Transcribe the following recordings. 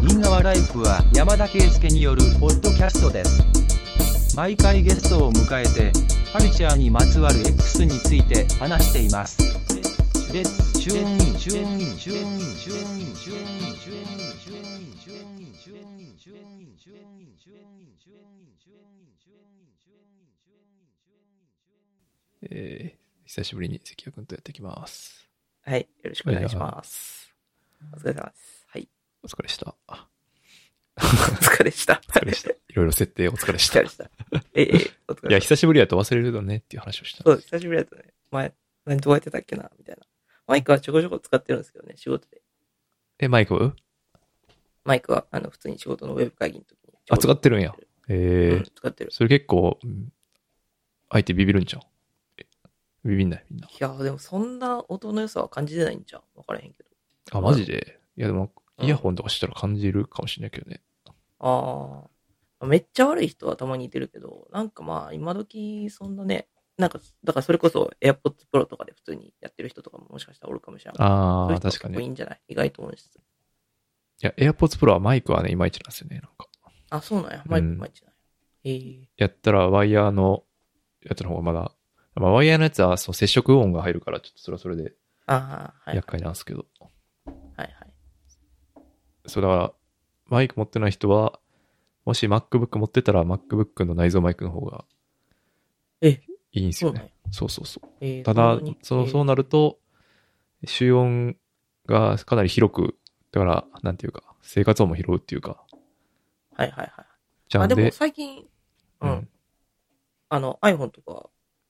品川ライフは山田圭介によるポッドキャストです。毎回ゲストを迎えて、カルチャーにまつわる X について話しています。レッツチューンインチューンインチューンインチューンインチューンインチューンインチューンインチューンインチューンインチューンインチューンインチューンインチューンインチューンインチューンインチューンインチューンインチューンインチューンえー久しぶりに関谷君とやっていきます。はい。よろしくお願いします。お疲れ様です。はい。お疲れした。おお疲れした。お疲れした。いろいろ設定お疲れした。 疲いれした。ええ、お疲れ様や、久しぶりだと忘れるよねっていう話をした。そう、久しぶりだったね。前、何どうやってたっけなみたいな。マイクはちょこちょこ使ってるんですけどね、仕事で。え、マイクはマイクは、あの、普通に仕事のウェブ会議の時に。あ、使ってるんや。うえんー、使ってる。それ結構、うん相手ビビるんちゃうえビビんないみんな。いや、でもそんな音の良さは感じてないんじゃん。わからへんけど。あ、マジでいや、でも、うんイヤホンとかしたら感じるかもしれないけどね。ああ。めっちゃ悪い人はたまにいてるけど、なんかまあ、今時そんなね、なんか、だからそれこそ AirPods Pro とかで普通にやってる人とかももしかしたらおるかもしれない。あそうー、いう人確か結構いに。いいんじゃない意外と音質。や、AirPods Pro はマイクはね、いまいちなんですよね。なんか。あ、そうなんや。マイクうん毎日ない。えーやったらワイヤーのやつの方がまだ、まあ、ワイヤーのやつはその接触音が入るから、ちょっとそれはそれでああ、はい。はい厄介なんですけど。はい。そうだから、マイク持ってない人は、もし MacBook 持ってたら MacBook の内蔵マイクの方がいえいんですよそうなんやね。そうそうそう。えーただ本当に、そのそうえなると、集音がかなり広く、だから、なんていうか、生活音も拾うっていうか、ーはいはいはい。じゃあ、んでもで、最近、う、うんん、あの iPhone とか、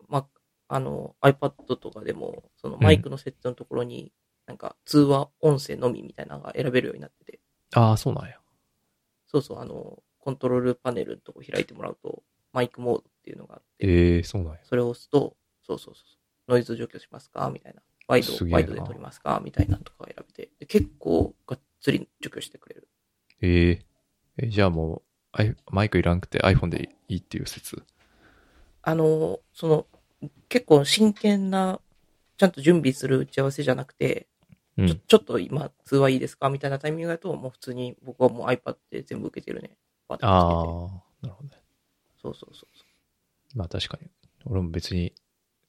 ま、あの iPad とかでも、そのマイクの設定のところに、なんか通話音声のみみたいなのが選べるようになってて、ああ、そうなんや。そうそう、あの、コントロールパネルのとこ開いてもらうと、マイクモードっていうのがあって、ええそうなんや。それを押すと、そうそうそうそう、ノイズ除去しますかみたいな。ワイドす、げえなワイドで撮りますかみたいなのとかが選べて、で結構がっつり除去してくれる。えええじゃあもう、アイマイクいらんくて iPhone でいいっていう説。あの、その、結構真剣な、ちゃんと準備する打ち合わせじゃなくて、うちょん。ちょっと今、通話いいですかみたいなタイミングだと、もう普通に僕はもう iPad で全部受けてるね。パッてつけてああ、なるほどね。そうそうそうそまあ確かに。俺も別に、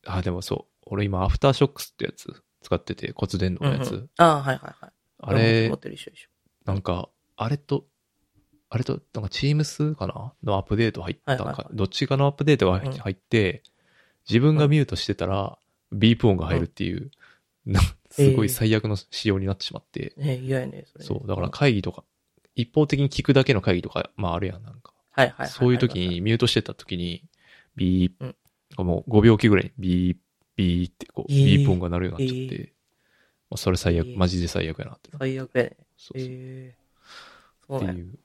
あ、でもそう。俺今、アフターショックスってやつ使ってて、骨伝導う。のやつ。うんうんああ、はいはいはい。あ俺もれ持っ、てる一緒一緒。なんか、あれと、あれと、なんか Teams かなのアップデート入ったんか、はいはいはどっちかのアップデートがうん入って、自分がミュートしてたら、ビープ音が入るっていう、なすごい最悪の仕様になってしまって、ね嫌やね、それね、そう、だから会議とか、一方的に聞くだけの会議とか、まああるやん、なんか。はいはいはいはい。そういう時に、ミュートしてた時に、ビー、うんなんかもう5秒期ぐらいにビー、ビーってこう、えービープ音が鳴るようになっちゃって、まあ、それ最悪、えーマジで最悪やなってな。最悪やね。そうそう。えー、そうってね。いう、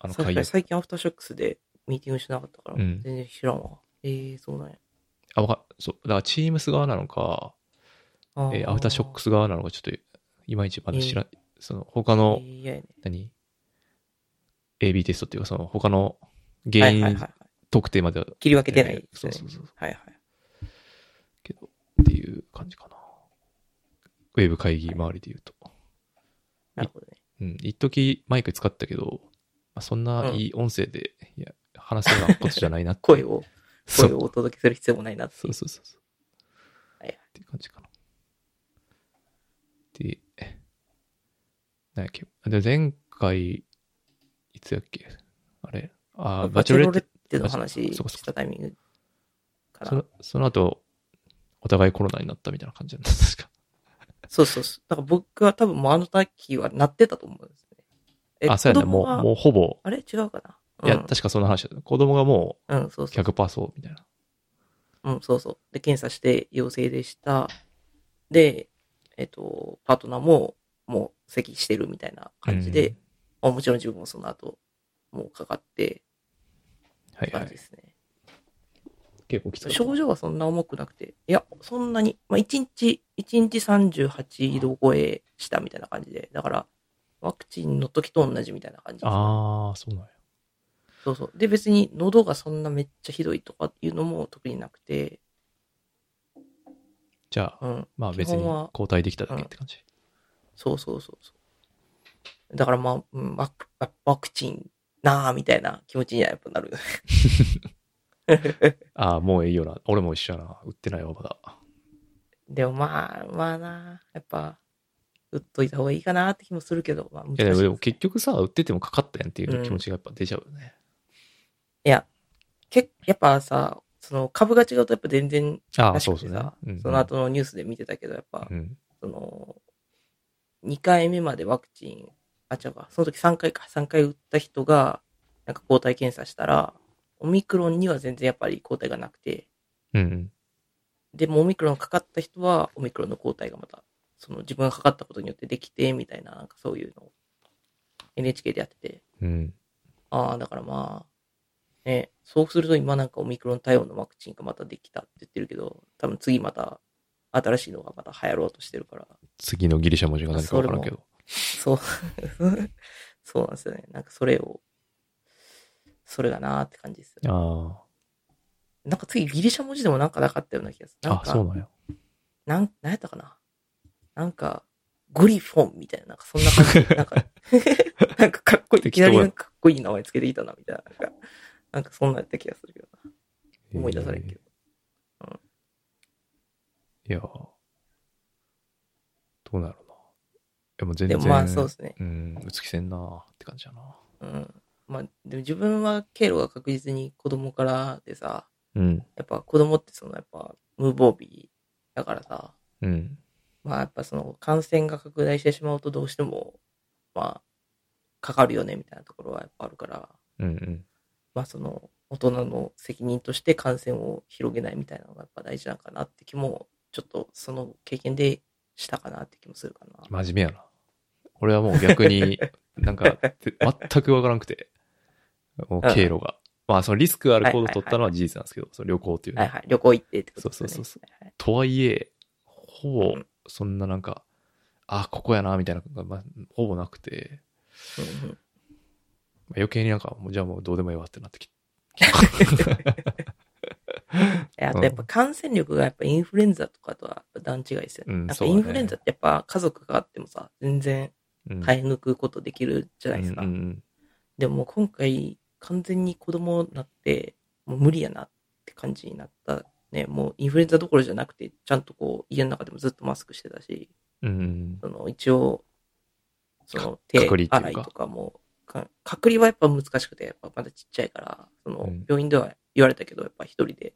あの確か解に約。最近アフターショックスでミーティングしなかったから、うん全然知らんわ。えー、そうなんや。あ、わかそう。だから、チームス側なのか、あえーアフターショックスス側なのか、ちょっと、いまいちまだ知ら、その、他の、嫌やね。何 ?AB テストっていうか、その、他のは原いはいはい因はい。特定までは、切り分けてない、えーそうそうそう。はいはい。けど、っていう感じかな。ウェブ会議周りで言うと。なるほどね。うん、一時マイク使ったけど、まあ、そんないい音声で、いや、話すようなことじゃないなって。 声を、そ声をう。お届けする必要もないなってそいうう。そうそうそう。はいはいっていう感じかな。で、なんやっけ。あで、前回、いつやっけあれあ、バチェロレッテ。テの話そうかそうしかたタイミングかそらの。その後、お互いコロナになったみたいな 感じなんですか。そうそうそう。だから僕は多分もうあの時はなってたと思うんですね。えあ、そうやな、もう、もうほぼ、あれ違うかな、うん、いや、確かその話だった。子供がもうん、そううそう。 100%そうみたいな。うん、そうそう。で、検査して陽性でした。で、えっと、パートナーも、もう、咳してるみたいな感じで、まあもちろん自分もその後、もうかかって、はいは感じでい。すね。結構きつかった症状はそんな重くなくて、いや、そんなに、まあ、1日、1日38度超えしたみたいな感じで、だから、ワクチンの時と同じみたいな感じですね、ああ、そうなんや。そうそう。で、別に喉がそんなめっちゃひどいとかっていうのも特になくて、じゃあ、うん。まあ別に基本は交代できただけって感じ。そうそうそうそう。だからまあ、うん、ワクワワクチンなーみたいな気持ちにはやっ ぱなる。ああ、もういいよな。俺も一緒やな。売ってないわ、まだ。でもまあ、まあな、やっぱ、打っといた方がいいかなって気もするけど、まあ難しいいや、ですでも結局さ、売っててもかかったやんっていう気持ちがやっぱ出ちゃうよね。いや、けやっぱさ、その株が違うとやっぱ全然、ああ、確そうかですにねさ、。うんその後のニュースで見てたけど、やっぱう、ん。その、2回目までワクチン、あ、違うか、その時3回か、3回打った人が、なんか抗体検査したら、オミクロンには全然やっぱり抗体がなくて、うん。でもオミクロンかかった人は、オミクロンの抗体がまた、その自分がかかったことによってできて、みたいな、なんかそういうのを NHK でやってて、うん。ああ、だからまあ、ね、そうすると今なんかオミクロン対応のワクチンがまたできたって言ってるけど、多分次また新しいのがまた流行ろうとしてるから、次のギリシャ文字が何かわからんけど。そう、 そうなんですよね。なんかそれを、それがなーって感じですよね。あなんか次ギリシャ文字でもなんかなかったような気がする。あ。なんあ、そうか、なんや。なん、なんやったかななんか、グリフォンみたいな、なんかそんな感 じ。なんか、 なんかかっこいい。い適き当やなりなんかかっこいい名前つけてきたな、みたいな。なんか、なんかそんなやった気がするけどな。思い出されるけど。えーいやーどうなるな。でもう全で然。もまあそうですね。うん、うつきせんなーって感じやな。うん。まあでも自分は経路が確実に子供からでさ、うん。やっぱ子供ってそのやっぱ無防備だからさ、うん。まあやっぱその感染が拡大してしまうとどうしても、まあ、かかるよねみたいなところはやっぱあるから、うんうん。まあその大人の責任として感染を広げないみたいなのがやっぱ大事なのかなって気も、ちょっとその経験でしたかなって気もするかな。真面目やな。俺はもう逆 に、なんか、て全くわからんくて。もう経路が。まあ、そのリスクある行動を取ったのは事実なんですけど、その旅行っていうね。はいはい、旅行行ってってことですね。そうそうそうそう。とはいえ、ほぼうん、そんななんか、あ、ここやな、みたいなのが、まあ、ほぼなくて、うんうまんあ余計になんか、もうじゃあもうどうでもいいわってな ってきて。えあとやっぱ感染力がやっぱインフルエンザとかとはやっぱ段違いですよね。うんなんそかうだねインフルエンザってやっぱ家族があってもさ、全然うん、耐え抜くことできるじゃないですか。うんうんでももう今回完全に子供になって、もう無理やなって感じになった。ね、もうインフルエンザどころじゃなくて、ちゃんとこう家の中でもずっとマスクしてたし、うんうんその一応、その手隔離っていうか洗いとかも、か隔離はやっぱ難しくて、やっぱまだちっちゃいから、そのうん病院では言われたけど、やっぱ一人で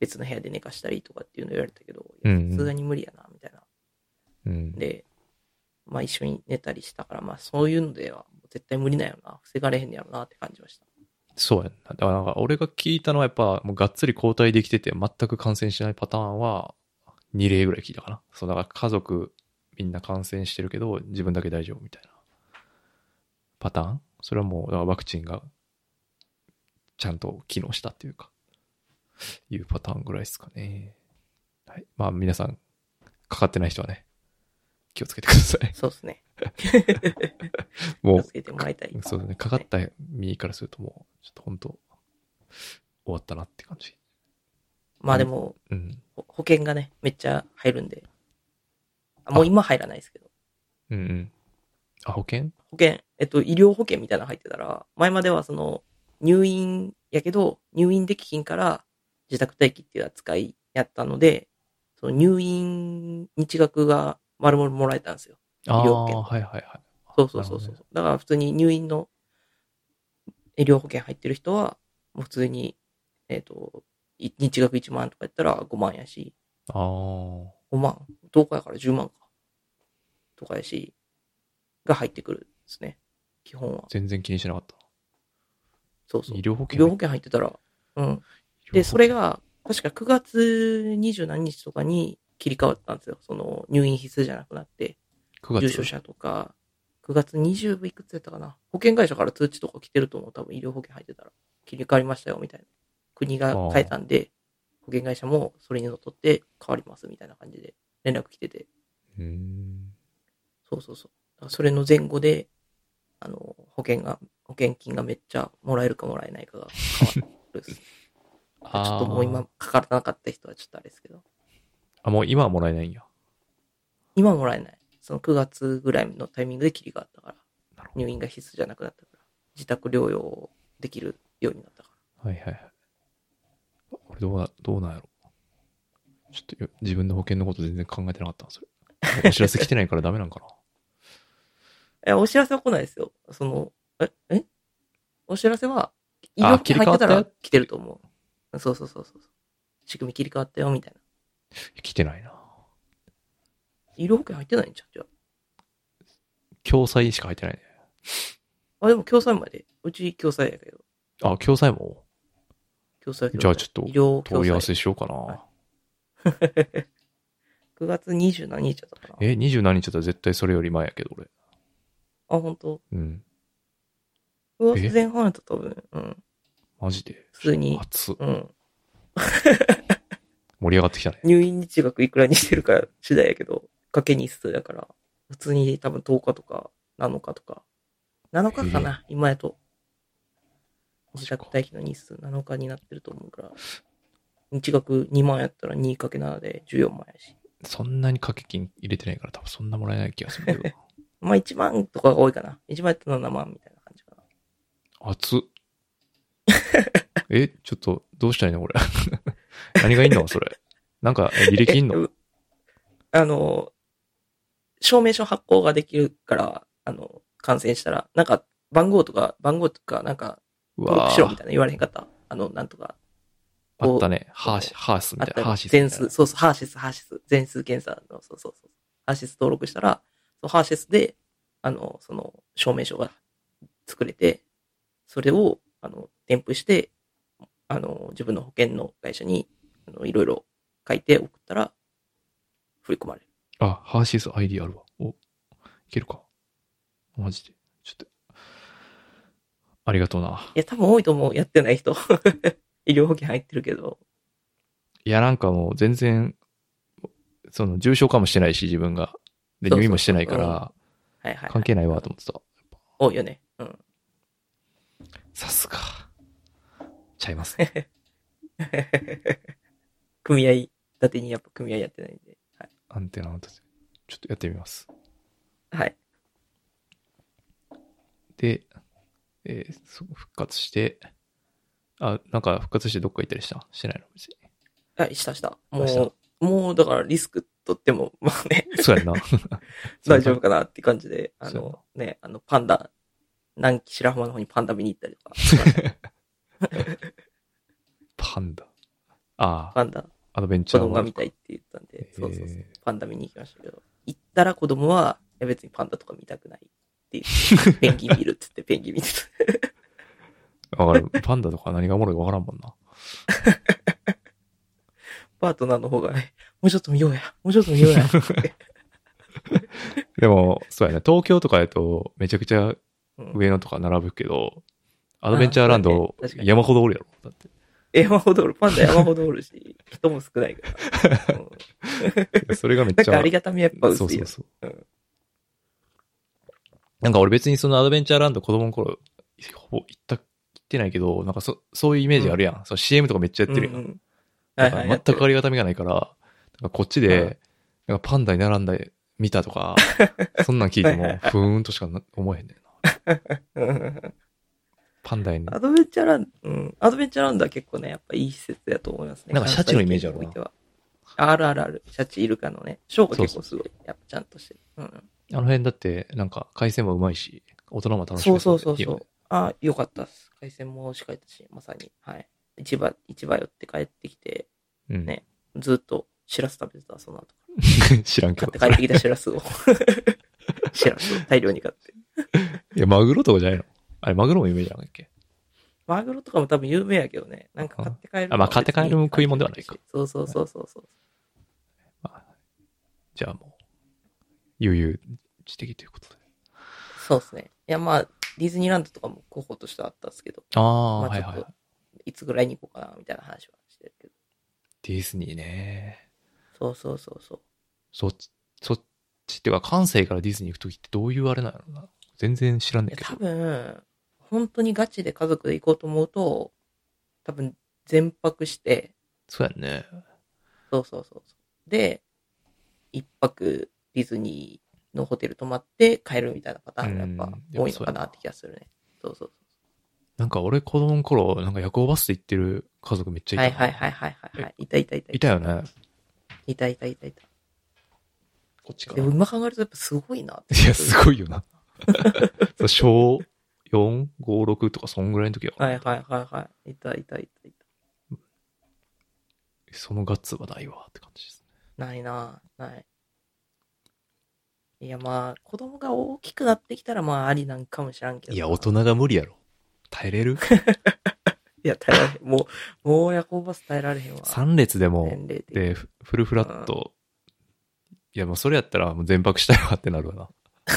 別の部屋で寝かしたりとかっていうの言われたけど、いやうんうんさすがに無理やな、みたいな。うんで、まあ一緒に寝たりしたから、まあそういうのでは絶対無理なんやろな、防がれへんやろなって感じました。そうやんな。だからなんか俺が聞いたのはやっぱもうがっつり交代できてて全く感染しないパターンは2例ぐらい聞いたかな。そうだから家族みんな感染してるけど自分だけ大丈夫みたいなパターンそれはもうだからワクチンがちゃんと機能したっていうか、いうパターンぐらいですかね。はい。まあ皆さん、かかってない人はね、気をつけてください。そうですね。気もをうつけてもらいたい。そうだね。かかった身からするともう、ちょっと本当終わったなって感じ。まあでも、うん。ほ保険がね、めっちゃ入るんで。あもう今入らないですけど。うんうん。あ、保険保険、えっと、医療保険みたいなの入ってたら、前まではその、入院やけど、入院できひんから、自宅待機っていう扱いやったので、その入院日額が丸々もらえたんですよ。あ医療保険あ、はいはいはい。そうそうそうそう。なるだから普通に入院の医療保険入ってる人は、もう普通に、えっ、と、い日額1万とかやったら5万やし、ほどね。 5万、10日やから10万か。とかやし、が入ってくるんですね。基本はああ、。全然気にしなかった。そうそう医。療保医険療保険入ってたら、うん。で、それ、が、確か9月20何日とかに切り替わったんですよ。その、入院必須じゃなくなって、 9月重症者とか、9月20いくつやったかな。保険会社から通知とか来てると思う。多分医療保険入ってたら、切り替わりましたよ、みたいな。国が変えたんで、保険会社もそれにのっとって変わります、みたいな感じで連絡来てて。うーん。そうそうそう。だからそれの前後で、あの、保険が、保険金がめっちゃもらえるかもらえないかが変わる っす。ちょっともうあ今ー。かからなかった人はちょっとあれですけど。あ、もう今はもらえないんや。今はもらえない。その9月ぐらいのタイミングで切りがあったから。入院が必須じゃなくなったから、自宅療養できるようになったかはいはいはい。俺どうな、どうなんやろ。ちょっとよ自分の保険のこと全然考えてなかったなそれ。お知らせ来てないからダメなんかな。 ら。え、お知らせは来ないですよ。その、え、えお知らせは、医あ療切機り替入わっってたたら来てると思う。そうそうそうそう。仕組み切り替わったよ、みたいな。来てないな。医療保険入ってないんじゃん、じゃ共済しか入ってないね。あ。あ、でも共済まで。うち共済やけど。あ、共済も共済共済じゃあちょっと医療共問い合わ済。せしようかな。はい9月27日だったかな。え、二十何日だったら絶対それより前やけど、俺。あ、本当。うん。 9月前半だと多分、うん。マジで。普通に熱。うん。盛り上がってきたね。入院日額いくらにしてるか次第やけど、かけに必要だから、普通に多分10日とか7日とか、7日かな、今やと。自宅待機の日数7日になってると思うから、日額2万やったら 2×7 で14万やし。そんなに掛け金入れてないから多分そんなもらえない気がするけ ど。まあ1万とかが多いかな。1万やったら7万みたいな感じかな。熱っ。え、ちょっと、どうしたらいいのこれ。 何がいいのそれ。なんか、え履歴いんえのうあの、証明書発行ができるから、あの、感染したら、なんか番号とか、番号とか、なんかう登わ録しろみぁ。たいな言われへんかった。あの、なんとか。あったね。ハーシ、ハースみあたっいたな。よハーシスみたい全な。数、そうそう、ハーシス、ハーシス、全数検査の、そうそうそう。ハーシス登録したら、そうハーシスで、あの、その、証明書が作れて、それを、あの、添付して、あの、自分の保険の会社に、あの、いろいろ書いて送ったら、振り込まれる。あ、ハーシス ID あるわ。お、いけるか。マジで。ちょっと。ありがとうな。いや、多分多いと思う、やってない人。 医療保険入ってるけど。いや、なんかもう全然、その、重症化もしてないし、自分が。で、そうそう入院もしてないから、はいはい。関係ないわと思ってた。多いよね。うん。さすが。ちゃいますね。組合、伊達にやっぱ組合やってないんで。はい。アンテナを立ててちょっとやってみます。はい。で、えーそ復活して、あ、なんか復活してどっか行ったりしたしてないの別に。はい、したした。もあしう、もうだからリスク取っても、 まあね、。そうやんな 大丈夫かなって感じで、あそうやの、ね、あの、パンダ、南紀白浜の方にパンダ見に行った りとか、 パンダ。ああ、パンダ、アドベンチ子ャー供ワがール見ドかたいって言ったんで、そうそうそうえ、パンダ見に行きましたけど、行ったら子供は、いや別にパンダとか見たくないっ て言って、ペンギン見るって言ってペンギン見てた。わかる。パンダとか何がおもろいかわからんもんな。パートナーの方が、えもうちょっと見ようや、もうちょっと見よ うや。でも、そうやね。東京とかやと、めちゃくちゃうん上野とか並ぶけど、アドベンチャーランドあーそうやね確か、に山ほどおるやろ。だって山ほどおる、パンダ山ほどお るし、人も少ないから。うんいや。それがめっなんちかゃあり。がたみやっぱ薄そういそよ。う。そううんなんか俺別にそのアドベンチャーランド子供の頃、ほぼ行った、行ってないけど、なんかそ、そういうイメージあるやん。その CM とかめっちゃやってるやん。うんうんはだいかはいら全くありがたみがないから、なんかこっちで、なんかパンダに並んで見たと か、そんなん聞いてはいはも、ふーんとしかな思えへんねんな。 パンダに。アドベンチャーランド、うん、アドベンチャーランドは結構ね、やっぱいい施設だと思いますね。なんかシャチのイメージあるな関西圏においてはあるあるある。シャチイルカのね、ショーが結構すごい、やっぱちゃんとしてる。うんあの辺だって、なんか海鮮もうまいし、大人も楽しそめうそうそうでいいそよねう。ああ、よかったっす。海鮮も美味しかったし、まさに。はい。市場、市場寄って帰ってきて、うん。ねずっとシラス食べてた、その後。 知らんけ買どって。帰ってきたシ ラスを。シラスを大量に買って。いや、マグロとかじゃないのあれ、マグロも有名じゃないっけマグロとかも多分有名やけどね。なんか買って帰るのあまあ買って帰る食い物ではないか。そうそうそうそうそう。じゃあもう、悠々知的ということで。そうですね。いや、まあ、ディズニーランドとかも候補としてはあったんですけど、ああ、まあはいちょっはとい。いつぐらいに行こうかな、みたいな話はしてるけど。ディズニーね。そうそうそうそう。そっち、そっちっていうか、関西からディズニー行くときってどういうあれなのな全然知らんいねんや、け多ど。分、本当にガチで家族で行こうと思うと、多分、全泊して、そうやんね。そうそうそうそう。で、一泊ディズニのホテル泊まって帰るみたいなパターンがやっうんぱ多いのかなって気がするね。そうそうなんか俺子供の頃、なんか夜行バスで行ってる家族めっちそう。ゃはいいた。はいはいはいはいはい。いたいたいたいたよね。いたいたいたいた。こっちかでら。もい今考えるとやっぱすごいなって。や、すごいよな。そう小4、5、6とかそんぐらいの時は、はいはいはいはい。いたいたいたいそのガッツはないわって感じですた。ないなない。いやまあ、子供が大きくなってきたらまあありなんかもしらんけどね。な。いや、大人が無理やろ。耐えれ るいや、耐えられへん。もう、 もう夜行バス耐えられへんわ。 ?3 列でも、年齢的にで、フフルフラット。いや、もうそれやったらもう全泊したいわってなるわ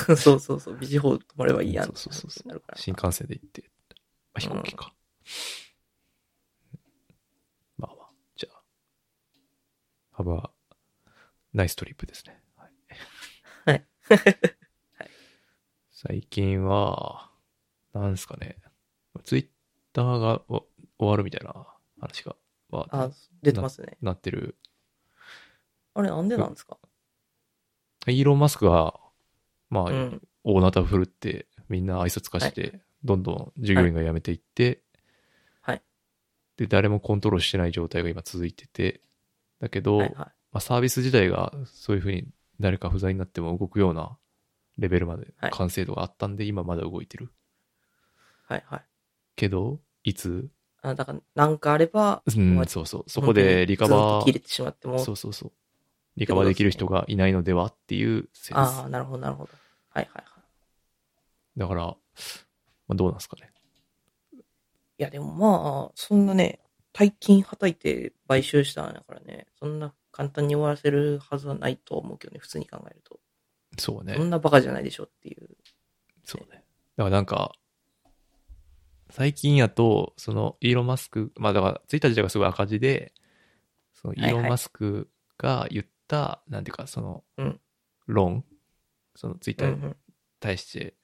な。そうそうそう、ビジホール泊まればいいやん。そうそうそうそうなるからな新幹線で行って。あ、飛行機か。まあまあ、じゃあ。ハブは、ナイストリップですね。はい。 はいはい最近は、なんですかね。ツイッターがお終わるみたいな話が、あは、出てますね。なってる。あれ、なんでなんですかイーロン・マスクが、まあ、うん。大なた振るってみんな挨拶化して、どんどん従業員が辞めていって、はいで誰もコントロールしてない状態が今続いててだけど、はいはまあ、サービス自体がそういうふうに誰か不在になっても動くようなレベルまではい完成度があったんで、今まだ動いてるい。はいはい。けどいつ、あだから、なんかあれば、うんまあそうそうそこでリカバずっと切ーれてしまっても、そうそうそうリカバーできる人がいないのではっていうセンあスあ、なるほど、なるほど。はいはいはい。だから、まあ、どうなんですかねいや、でもまあ、そんなね、大金はたいて買収したんだからね、そんな簡単に終わらせるはずはないと思うけどね、普通に考えると。そうねそんなバカじゃないでしょっていう。そうね。だからなんか、最近やと、その、イーロン・マスク、まあだから、ツイッター自体がすごい赤字で、その、イはいはーいロン・マスクが言った、なんていうか、その、うん論、その、ツイッうタんうーにん。対して、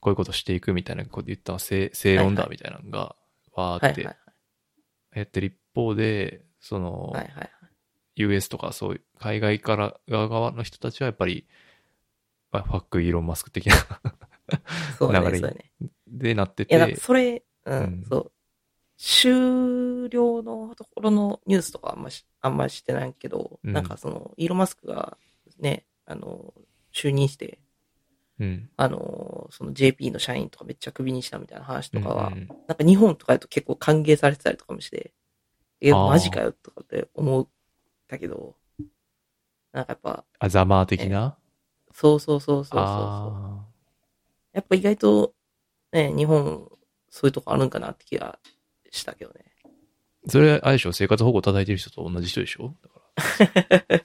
こういうことしていくみたいなこと言ったの、正正論だはいはみたいなのが、わはーっいはいてはい。やってる一方で、その、はいはいはい。 US とかそういう海外から側の人たちはやっぱり、まあ、ファックイーロン・マスク的なそうね、流それうにだね。でなっていてや、だからそれ、ううんん、そう。終了のところのニュースとかあんまし、あんましてないけど、うんなんかその、イーロン・マスクがね、あの、就任して、うんあの、その JP の社員とかめっちゃクビにしたみたいな話とかは、うんうんうんなんか日本とかだと結構歓迎されてたりとかもして、え、あーマジかよとかって思ったけど、なんかやっぱ、あざまー的な、そうそうそうそうそうそう。あやっぱ意外と、ね、日本、そういうとこあるんかなって気がしたけどね。ーそれ、あれでしょ生活保護叩いてる人と同じ人でしょだか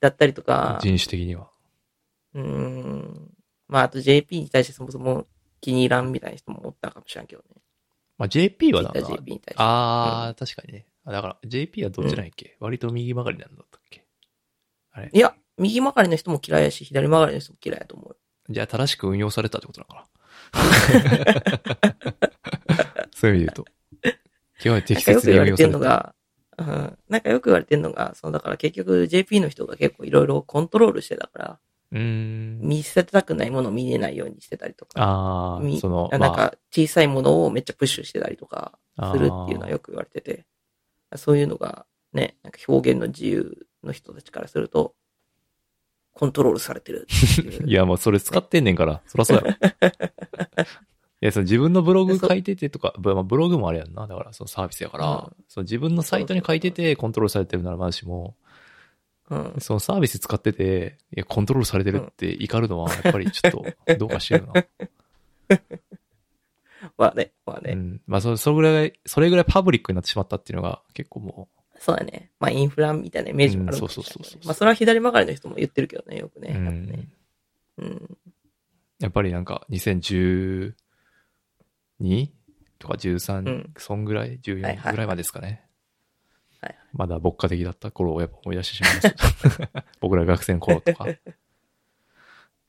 だったりとらか、人種的には。うーん。まあ、あと JP に対してそもそも気に入らんみたいな人もおったかもしれんけどね。まあ、JP は言なっんかた、JP に対して。ああ、確かにね。あだから、JP はどっちなんやっけ、割と右曲がりなんだったっけあれいや、右曲がりの人も嫌いやし、左曲がりの人も嫌いやと思う。じゃあ、正しく運用されたってことなの かなそういう意味で言うと。極めてなん適かよ切くに言わ運れ用てさるれのた。が、うん、なんかよく言われてるのが、そのだから結局 JP の人が結構いろいろコントロールしてたから、うーん。見せたくないものを見れないようにしてたりとか、ああ、みその、なんか小さいものをめっちゃプッシュしてたりとか、まするっていうのはよく言われてて、そういうのがね、なんか表現の自由の人たちからすると、コントロールされてるってい う。いや、もうそれ使ってんねんから、そらそうやろ。いや、その自分のブログ書いててとか、ぶまあブログもあれやんな。だから、そのサービスやから、その自分のサイトに書いててコントロールされてるならまだしも、うん、そのサービス使ってて、いや、コントロールされてるって怒るのは、やっぱりちょっ と、どうかしてるな。まあね、まあうね、ん。まあ、そそれぐらい、それぐらいパブリックになってしまったっていうのが、結構もそうだね。まあインフラみたいなイメージもあるんかもしれないけうんそうそうどねそうそうまあそれは左曲がりの人も言ってるけどね、よくね。う、うん。やっぱねうん、やっぱりなんか、2012? とか13、うんそんぐらいはい ?14 はいぐらいまでですかね。はいはいまだ牧歌的だった頃をやっぱ思い出してしまいます。 僕ら学生の頃 とか。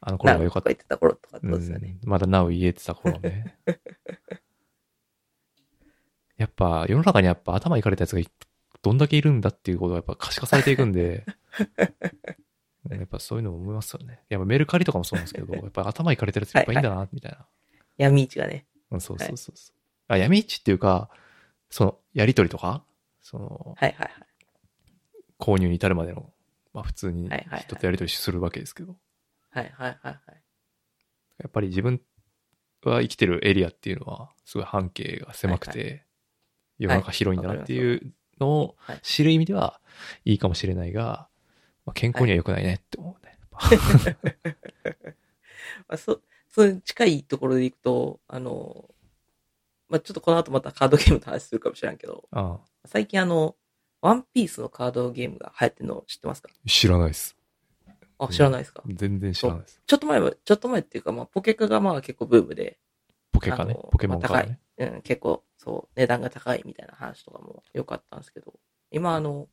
あの頃が良かっなたん。か言ってた頃とかってうことですよね。ん、まだなお言えてた頃 ね。やっぱ世の中にやっぱ頭いかれたやつがいどんだけいるんだっていうことがやっぱ可視化されていくんで、やっぱそういうのも思いますよね。いやっぱメルカリとかもそうなんですけど、やっぱ頭いかれてるやついっぱいいんだな、みたいな。闇市がね。うん、そうそうそうそう。あ闇市っていうか、その、やり取りとか、その、はいはいはい。購入に至るまでの、まあ普通にはいはいはい人とやり取りするわけですけど、はいはいはいはい。やっぱり自分は生きてるエリアっていうのは、すごい半径が狭くて、世の中広いんだなっていうのをはい知る意味ではいいかもしれないが、まあ、健康には良くないねって思うね。やっぱまあ、そ、それに近いところでいくと、あの、まあ、ちょっとこの後またカードゲームの話するかもしれんけど、ああ最近あの、ワンピースのカードゲームが流行ってるの知ってますか知らないです。あ、知らないですか、全然知らないです。ちょっと前は、ちょっと前っていうか、まあ、ポケカがまあ結構ブームで、ポケカねあの。ポケモンカードね。うん、結構、そう、値段が高いみたいな話とかも良かったんですけど、今あの、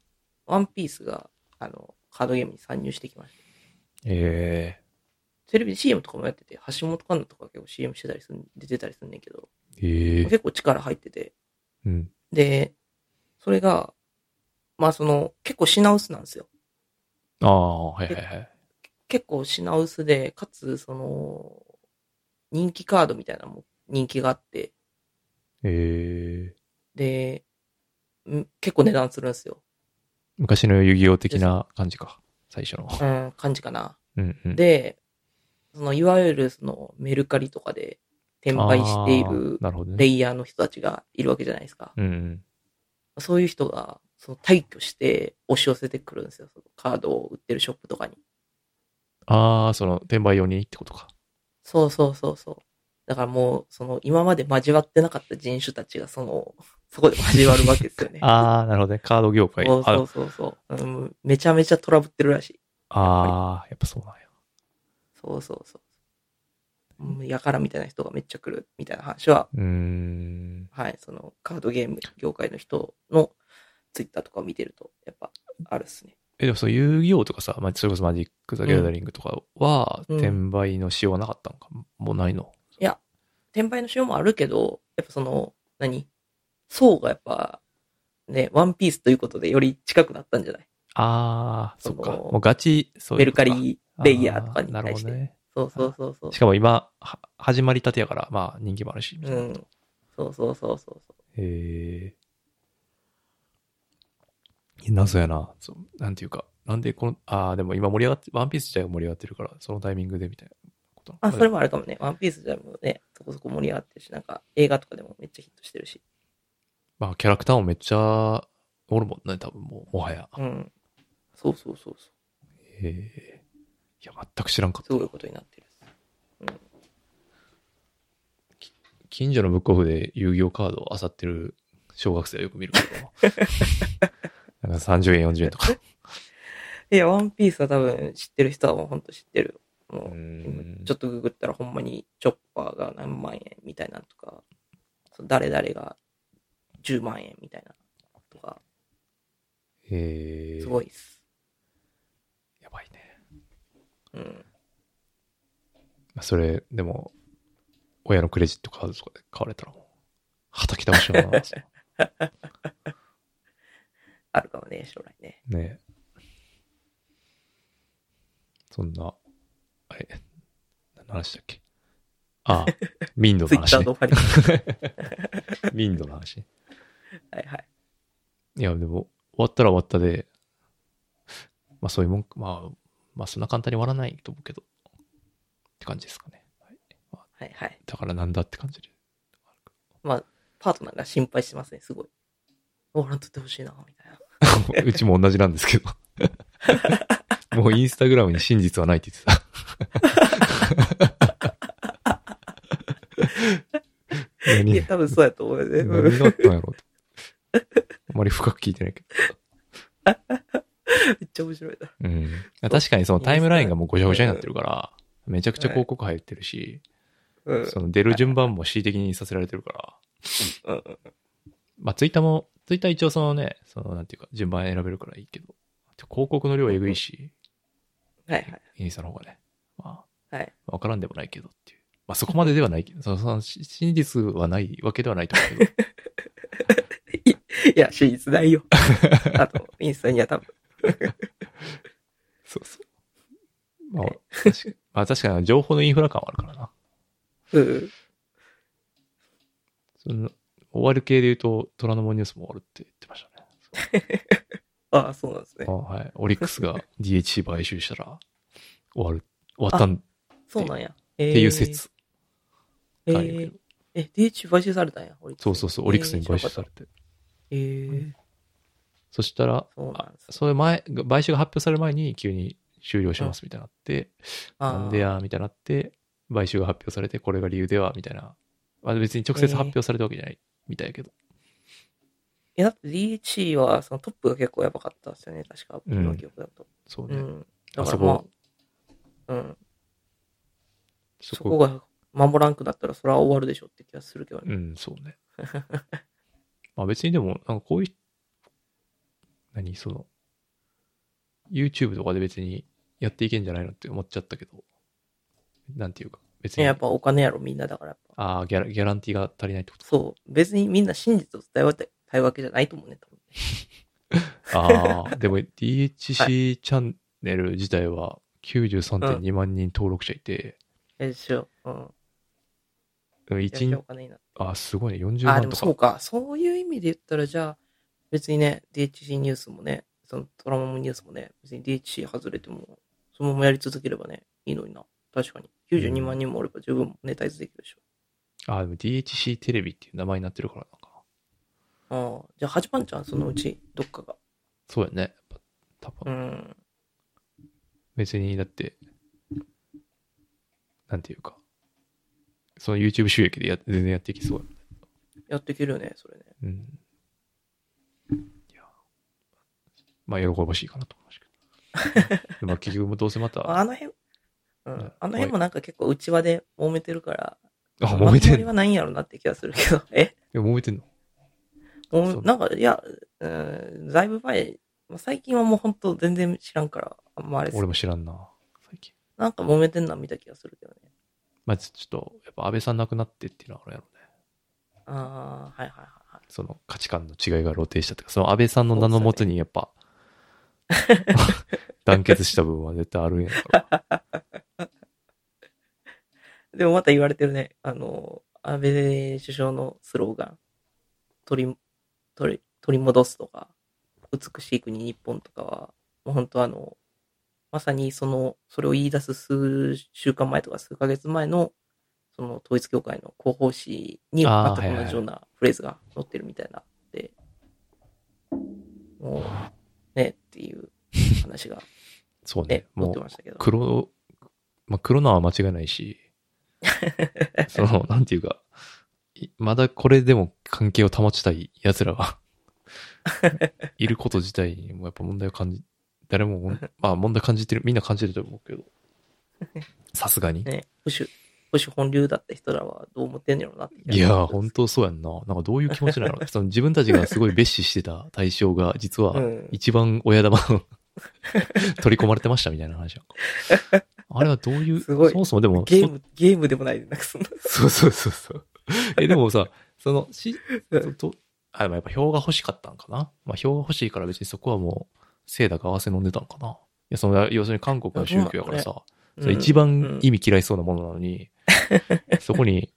ワンピースが、あの、カードゲームに参入してきました。えテレビで CM とかもやってて、橋本環奈とか結構 CM してたりする、出てたりすんねんけど、えええ結構力入ってて、うん。で、それが、まあその、結構品薄なんですよ。ああ、はいはいはい。結構品薄で、かつ、その、人気カードみたいなのも人気があって、ええで、ん結構値段するんですよ。昔の遊戯王的な感じか。最初の。うん、感じかな。うんうん。で、その、いわゆるその、メルカリとかで転売しているああなるほどレね。イヤーの人たちがいるわけじゃないですか。うんうん。そういう人が、その、退去して押し寄せてくるんですよ。そのカードを売ってるショップとかに。ああ、その、転売用にってことか。。そうそうそうそう。だからもう、その、今まで交わってなかった人種たちが、その、そこで交わるわけです よね ああ、なるほどね。カード業界。そうそうあそうそう、うん。めちゃめちゃトラブってるらしい。あー、やっぱそうなんや。そうそうそう。うん、やからみたいな人がめっちゃ来るみたいな話は、うーん。はい、その、カードゲーム業界の人のツイッターとかを見てると、やっぱ、あるっすね。え、でもその遊戯王とかさ、まあ、それこそマジック・ザ・ギャザリングとかは、うん転売の仕様はなかったのか。もうないの。いや、転売の仕様もあるけど、やっぱその、何層がやっぱ、ね、ワンピースということでより近くなったんじゃないああ、そそっのか。もうガチ、そういメうルことカかリレイヤーとかにあなる対ほしどて。ね。そうそうそうそうし。かも今、は始まりたてやから、まあ人気もあるし。うん。そうそうそうそうそへえ。謎やな。そうなんていうか、なんでこの、ああ、でも今盛り上がって、ワンピース自体が盛り上がってるから、そのタイミングでみたいなことなう。あ、のそれもあるかもね。ワンピースじゃもうね、そこそこ盛り上がってるし、なんか映画とかでもめっちゃヒットしてるし。まあキャラクターもめっちゃおるもんね、多分もう、もはや。うん。そうそうそうそへえ。いや、全く知らんかう。っすごた。いことになってる。近所のブックオフで遊戯王カードを漁ってる小学生はよく見るけ ど。なんか30円、40円とか。いや、ワンピースは多分知ってる人はもうほんと知ってる。もう、うんちょっとググったらほんまにチョッパーが何万円みたいなんとか、その誰々が10万円みたいなとか、へえ。すごいっす。やばいね。うん。まあそれ、でも、親のクレジットカードとかで買われたらもう、はたき倒しような。 そあるかもね、将来ね。のねえそんな、あれ、何の話だっけ ああ、民度のツイッ話、ターねの。終わり。 民度の話。はいはい。いや、でも、終わったら終わったで、まあそういうもん、まあ、まあそんな簡単に終わらないと思うけど、って感じですかね。はいはいはい。だからなんだって感じで。パートナーが心配してますね、すごい。終わらんとってほしいな、みたいな。 うちも同じなんですけど。 もうインスタグラムに真実はないって言ってた。い 何や、多分そうやと思うよね。う何んがあったんやろうと。あまり深く聞いてないけめっちゃ面白いな。ど。うん、確かにそのタイムラインがもうごちゃごちゃになってるから、めちゃくちゃ広告入ってるし、うん。その出る順番も恣意的にさせられてるから、うんまあツイッターも、ツイッター一応そのね、そのなんていうか順番選べるからいいけど、広告の量えぐいし、はいはい。インスタの方がね。まあ、はいわからんでもないけどっていう。まあそこまでではないけ ど、その、その、し真実はないわけではないと思うけど。いや、 真実ないよ。あと、インスタには多分。そうそう。確かまあ確かに情報のインフラ感はあるからな。うん。その終わる系で言うと、虎ノ門ニュースも終わるって言ってましたね。ああ、そうなんですねあ。はい。オリックスが DHC 買収したら、終わる、終わったんっそうなんや。っていう説。えがあるけどー、え、DH 買収されたんや、オリックスそうそうそう、オリックスに買収された。て。えー、そしたら、そうなんですねそれ前、買収が発表される前に急に終了しますみたいになって、あーなんでや、みたいになって、買収が発表されて、これが理由では、みたいな。まあ、別に直接発表されたわけじゃない、みたいやけど。いや、だって DH はそのトップが結構やばかったですよね、確か、うん僕の記憶だと。そううね。ん。だあからそまこ、あ、うん。そそこが守らんくなったら、それは終わるでしょって気がするけどうね。ん、そう ね。まあ別にでも、なんかこういう、何、その、YouTube とかで別にやっていけんじゃないのって思っちゃったけど、なんていうか、別ねに、やあっぱお金やろ、みんなだからやっぱ。あー、ギャラギャランティーが足りないってことそう。別にみんな真実を伝えわってたいわけじゃないと思うね。多分ああ、でも DHC チャンネル自体は93.2万人登録者いて、え、しよう。うん。一一日お、金になっあ、すごいね、40た。あ、で万もとそうか。か。そういう意味で言ったら、じゃあ、別にね、DHC ニュースもね、そのトラマモニュースもね、別に DHC 外れても、そのままやり続ければね、いいのにな。確かに。92万人もおれば十分ネタイズできるでしょ。あー、でも DHC テレビっていう名前になってるからなんか。ああ、じゃあ8番ちゃん、そのうち、どっかが。そうやね。やっぱ多う分、ん。別にだって、なんていうか、その YouTube 収益でや全然やっていきそうややっていけるよね、それね。うん。いや、まあ喜ばしいかなと思いましたけ ど。まあ結局もどうせまあた、あの辺、うん。うんあの辺もなんか結構内輪で揉めてるから、あ、揉めてまとまんりのはないんやろなって気がするけど、えいや揉めてんのもそううなんか、いや、うん、だいぶ前、まあ最近はもう本当全然知らんから、あんまあれっす俺も知らんな、最近。なんか揉めてんな見た気がするけどね。まあ、ちょちょっと、やっぱ安倍さん亡くなってっていうのはあるやろね。ああ、はいはいはいはい。その価値観の違いが露呈したとか、その安倍さんの名のもとにやっぱ、団結した部分は絶対あるんやろうな。でもまた言われてるね。あの、安倍首相のスローガン。取り、取り、取り戻すとか、美しい国日本とかは、もう本当あの、まさにその、それを言い出す数週間前とか数ヶ月前の、その統一教会の広報誌にあ全ーく同じようなフレーズが載ってるみたいなで、もう、ね、っていう話がそうねね、、載 もってうま、したけど。黒、まあ、黒のは間違いないし、その、なんていうか、いまだこれでも関係を保ちたい奴らが、いること自体にもやっぱ問題を感じ、誰ももん、まあ問題感じてる、みんな感じてると思うけど、さすがに。ね、保守、保守本流だった人らはどう思ってんねやろうなって気がいやー、す本当そうやんな。なんかどういう気持ちな のその自分たちがすごい蔑視してた対象が、実はるうん一番親玉 の取り込まれてましたみたいな話やんかあれはどういう、すごいそもそもでも、ゲーム、ゲームでもない、なんかそんな。そそうそうそうそう。え、でもさ、その、し、ととあ、でもやっぱ票が欲しかったんかな。まあ票が欲しいから別にそこはもう、せだか合わせ飲んでたんかな。いや、その、要するに韓国の宗教やからさ、それ一番意味嫌いそうなものなの に、そこに、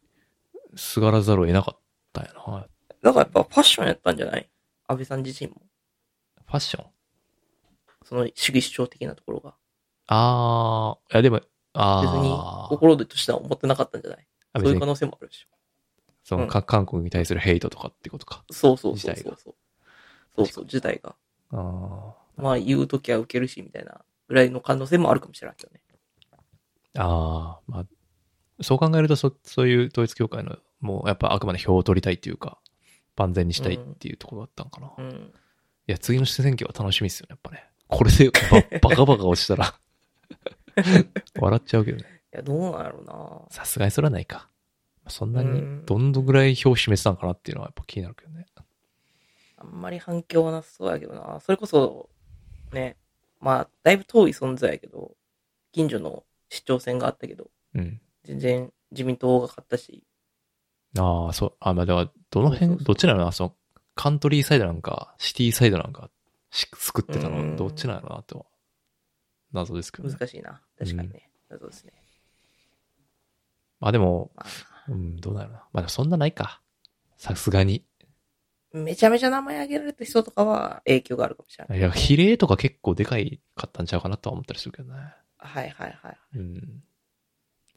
すがらざるを得なかったんやな。だからやっぱファッションやったんじゃない安倍さん自身も。ファッションその主義主張的なところが。あー、いやでも、別にあー、心としては思ってなかったんじゃないあそう別いう可に能性もあるでしその、か韓国に対するヘイトとかってことか。ょ。そうそうそう自体そうがそう。そうそう、自体が。あー。まあ言うときは受けるし、みたいなぐらいの可能性もあるかもしれないけどね。ああ、まあ、そう考えるとそ、そういう統一教会の、もうやっぱあくまで票を取りたいというか、万全にしたいっていうところだったんかな。ういん。や、次の選挙は楽しみですよね、やっぱね。これでばバカバカ落ちた ら、笑っちゃうけどね。いや、どうなんやろうなさすがにそれはないか。そんなうに、んどんどぐらい票を示したんかなっていうのはやっぱ気になるけどね。あんまり反響はなさそうやけどな。それこそ、ね、まあ、だいぶ遠い存在やけど、近所の市長選があったけど、うん。全然自民党が勝ったし、ああ、そう、あ、まあ、だから、どのそうそう辺、そうどっちなのその、カントリーサイドなんか、シティサイドなんか、し救ってたのはどっちなのなっては、謎ですけどね。難しいな。確かにね。そうですね。まあでも、まうん、どうなるな。まあでもそんなないか。さすがに。あ、めちゃめちゃ名前挙げられた人とかは影響があるかもしれない。いや、比例とか結構でかいかったんちゃうかなとは思ったりするけどね。はいはいはい。うん。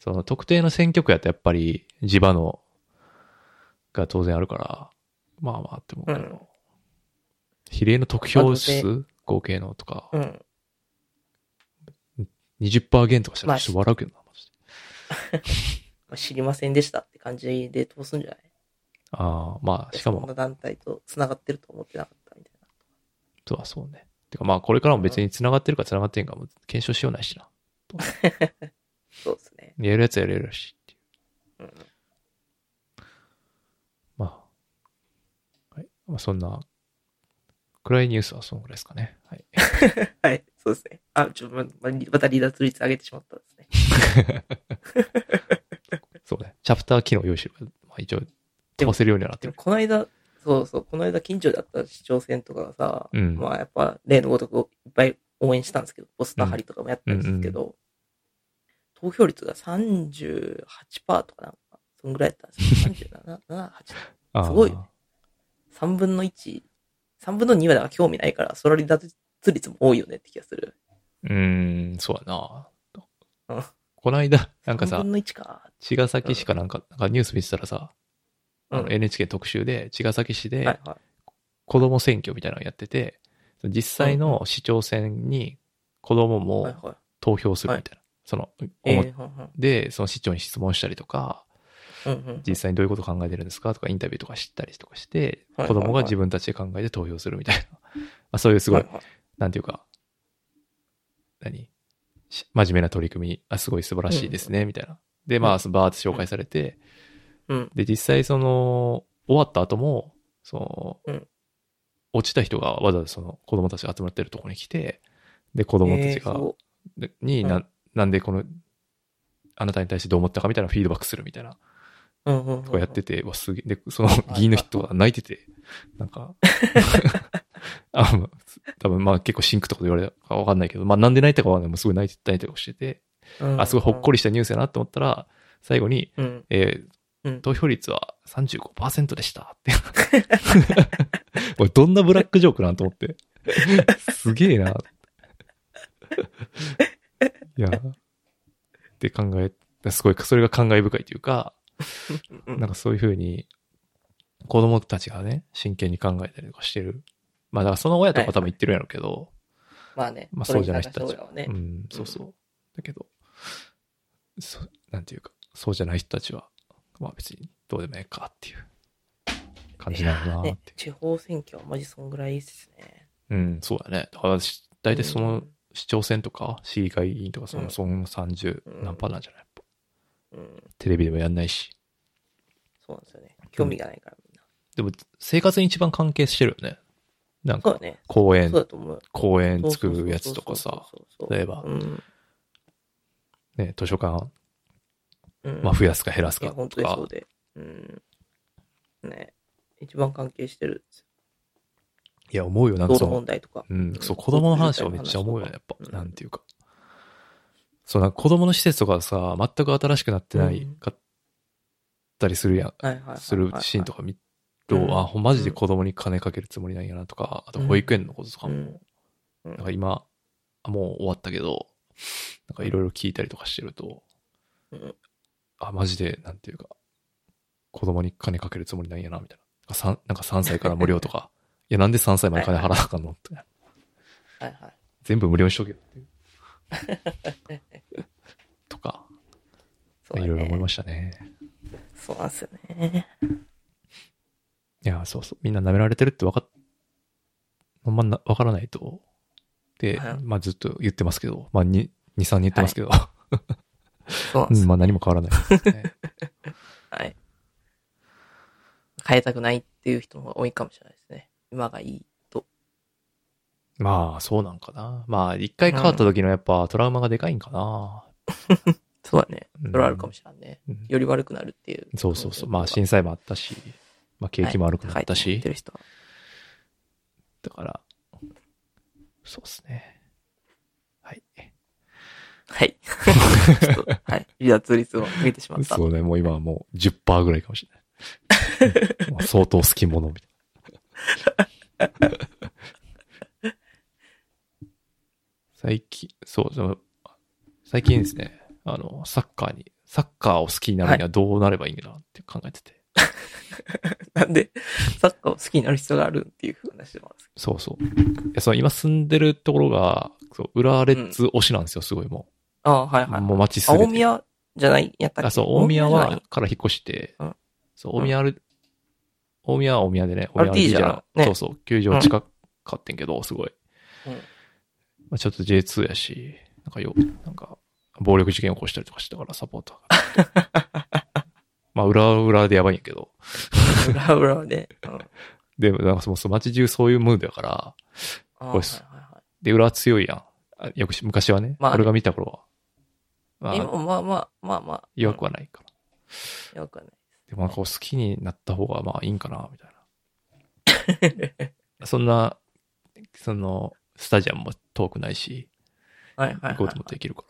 その特定の選挙区やとやっぱり地場のが当然あるから、まあまあって思うけど、うん比例の得票数合計のとか、うん。 20%減とかしたまらあちょっと笑うけどな、マジで。まあ知りませんでしたって感じで通すんじゃないああ、まあしかそんも、な団体と繋がってると思ってなかったみたいな。そうはそうね。てかまあこれからも別に繋がってるか繋がってんかも検証しようないしな。そうですね。やるやつやれるしっていう。うん。まあ、はい。まあそんな、暗いニュースはそのぐらいですかね。はい。はい、そうですね。あ、ちょ、ま、ままた離脱率上げてしまったんですね。 そうね。チャプター機能用意してるから、まあ一応飛ばせるようにはなってでもる。この間、そうそう、この間近所であった市長選とかがさ、うんまあやっぱ例のごとくいっぱい応援したんですけど、ポスター貼りとかもやったんですけど、投票率が38%とかなんか、そんぐらいだったんですよ。37、7、あーすごいよ8、3分の1、3分の2はだから興味ないから、そら離脱率も多いよねって気がする。うーん、そうやな。うんこないだ、なんか3さ分、の1か。茅ヶ崎市かなんか、なんかニュース見てたらさ、あうのん NHK 特集で、茅ヶ崎市はいではい。子供選挙みたいなのやってて、実際の市長選に子供はいもはい。投票するみたいな。その、え思っーはんはんで、その市長に質問したりとか、うんうん実際にどういうこと考えてるんですかとかインタビューとか知ったりとかして、はい子はいはい供が自分たちで考えて投票するみたいな。 まあそういうすごい、はいはいなんていうか、何し真面目な取り組み、あ、すごい素晴らしいですね、みたいな。で、まあ、そのバーッと紹介されて、うんで、実際その、終わった後も、その、うん落ちた人がわざわざその子供たちが集まってるところに来て、で、子供たちえーがす、ごでにうんな、なんでこの、あなたに対してどう思ったかみたいなフィードバックするみたいな。うんうんうんとかやってて、うわ、すげえ、で、その議員の人が泣いてて、なん か、あの多分まあ結構シンクとかで言われたかわかんないけど、まあなんで泣いたかわかんない、もうすごい泣いてたりとかしてて、あ、すごいほっこりしたニュースやなと思ったら、最後に、り。うん。えーうん投票率は35%でした って。俺どんなブラックジョークなんと思って。すげ えな。いや、って考え、すごい、それが感慨深いというか、 うんなんかそういうふうに、子供たちがね、真剣に考えたりとかしてる。まあだからその親とか多分言ってるんやろうけど、まあね。まあそうじゃない人たちこれに関してはねうん、そうそう。だけど、そなんていうか、そうじゃない人たちは、まあ別にどうでもええかっていう感じなんだなねって。地方選挙はマジそんぐらいですね。うん、そうだね。だからし大体そうのん市長選とか市議会議員とかそうんの、その30うん何パーなんじゃないやっぱうん。テレビでもやんないし。そうなんですよね。興味がないからみんな。でも生活に一番関係してるよね。なんそうかだね。公そう園だと思う。公園作るやつとかさ、そうそうそうそうそうそう例えばう、ん。ね、図書館、うんまあ、増やすか減らすいかや、本と当にそうか、で。うん。ね。一番関係してるんですよ。いや、思うよ、なん道かそ路の問、題とか。うん、そう、子供の話はめっちゃ思うよね、やっぱ、うんなんていうか。そう、なんか子供の施設とかさ、全く新しくなってないうんかったりするやん、はいはいはいはい。するシーンとか。か見るうんと、あ、ほんマジで子供に金かけるつもりなんやなとか、あと保育園のこととかうも、ん。うなんかん今、あもう終わったけど、なんかいろいろ聞いたりとかしてると、うんあ、マジで、なんていうか、子供に金かけるつもりなんやな、みたいな。あさんなんか3歳から無料と か、いや、なんで3歳まで金払わなあかんのって。はいはい。全部無料にしとけよって いう。とか、そういだねろいろ思いましたね。そうなんですよね。いや、そうそう。みんな舐められてるってわかっ、ほんまな、わからないと。ではい、まあずっと言ってますけど、まあ2、2、3人言ってますけど、そうなんうですんよ。まあ何も変わらないですね。はい。変えたくないっていう人の方が多いかもしれないですね。今がいいと。まあ、そうなんかな。まあ、一回変わった時のやっぱトラウマがでかいんかな。そうだね。うんそれはあるかもしれないね。うんより悪くなるっていう。そうそうそう。まあ、震災もあったし、まあ、景気も悪くなったし、はい高いと思ってる人はだから、そうっすね。はい。 はい。ちょっとはい。離脱率を見てしまった。そうね、もう今はもう10%ぐらいかもしれ ない。もう相当好き者みたいな。最近、そう、でも最近ですね、あの、サッカーに、サッカーを好きになるにはどうなればいいんだなって考えてて。なんで、サッカーを好きになる必要があるっていう話なんですそうそう。いや、その今住んでるところが、そう、浦和レッズ推しなんですよ、すごいも。ああ、はいうはい。もう街すあ、べて。大宮じゃないやったっけあ、そう、大宮じゃな、はいから引っ越して、うんそう、大宮ある、大宮は大宮でね、あれ大宮 T じゃんねそうそう、球場近かってんけど、すごい。うんまあ、ちょっと J2 やし、なんかよ、なんか、暴力事件起こしたりとかしてたから、サポーターが。 まあ、裏は裏でやばいんやけど。裏裏で。 うん。でも、なんかその、その街中そういうムードやから、あこはいいつはいはいで、裏は強いやん。あよくし昔はね、まあね俺が見た頃は。ま今あ、まあまあ、まあまあ。弱くはないから。うん弱くはない。でもなんかこう好きになった方がまあいいんかな、みたいな。そんな、その、スタジアムも遠くないし、はいはいはい、行こうと思ってできるか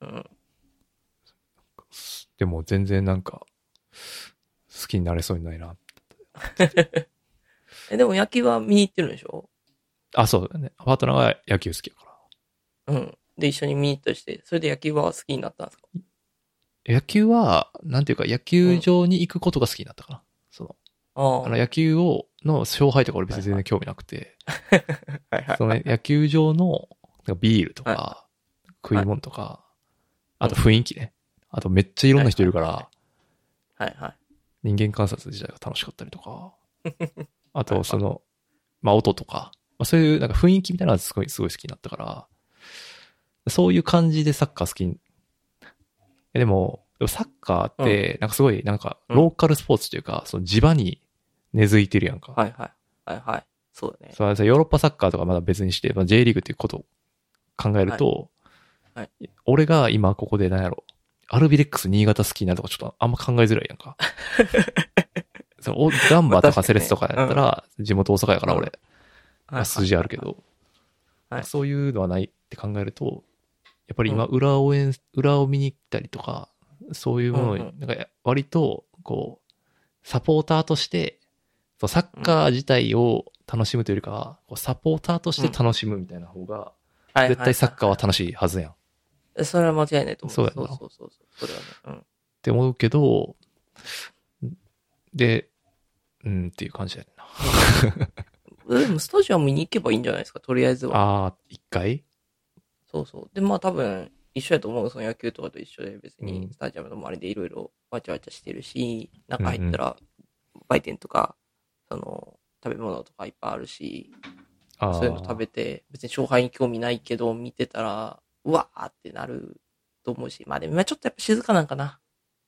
ら。うん。でも全然なんか、好きになれそうにないな。え、でも野球は見に行ってるんでしょあ、そうだね。パートナーが野球好きだから。うん。で、一緒に見に行ったりして、それで野球は好きになったんですか野球は、なんていうか、野球場に行くことが好きになったかな。その、あああの野球を、の勝敗とか俺別に全然興味なくて、はいはいその野球場のなんかビールとか、食い物とか、あと雰囲気ね。あとめっちゃいろんな人いるから、はいはい。人間観察自体が楽しかったりと か、あとその、まあ音とか、まあそういうなんか雰囲気みたいなのがすごい、すごい好きになったから、そういう感じでサッカー好きに、えでも、でもサッカーって、なんかすごい、なんかうんローカルスポーツというか、その地場に根付いてるやんか。はいはい。はいはい。そうだね。そうそうヨーロッパサッカーとかまだ別にして、まあ、J リーグっていうことを考えると、はい俺が今ここで何やろ、アルビレックス新潟好きになるとかちょっとあんま考えづらいやん か。そうおガンバとまかあセレスとかやったら、地元大阪やから俺、はいまあ筋あるけど、はいそういうのはないって考えると、やっぱり今裏を応援、裏を見に行ったりとか、そういうものに、うんうんなんか割と、こう、サポーターとして、そうサッカー自体を楽しむというよりかは、こうサポーターとして楽しむみたいな方が、はいはい絶対サッカーは楽しいはずやん。っー。それは間違いないと思う。そうやそなうそうそうそう。それはね。て思うけど、で、うんっていう感じだよな。うん。でもスタジアム見に行けばいいんじゃないですか、とりあえずは。ああ、一回そうそう。で、まあ多分、一緒やと思う。その野球とかと一緒で、別にうんスタジアムの周りでいろいろわちゃわちゃしてるし、中入ったら、売店とか、その、食べ物とかいっぱいあるし、ああそういうの食べて、別に勝敗に興味ないけど、見てたら、うわーってなると思うし、まあでも今ちょっとやっぱ静かなんかな。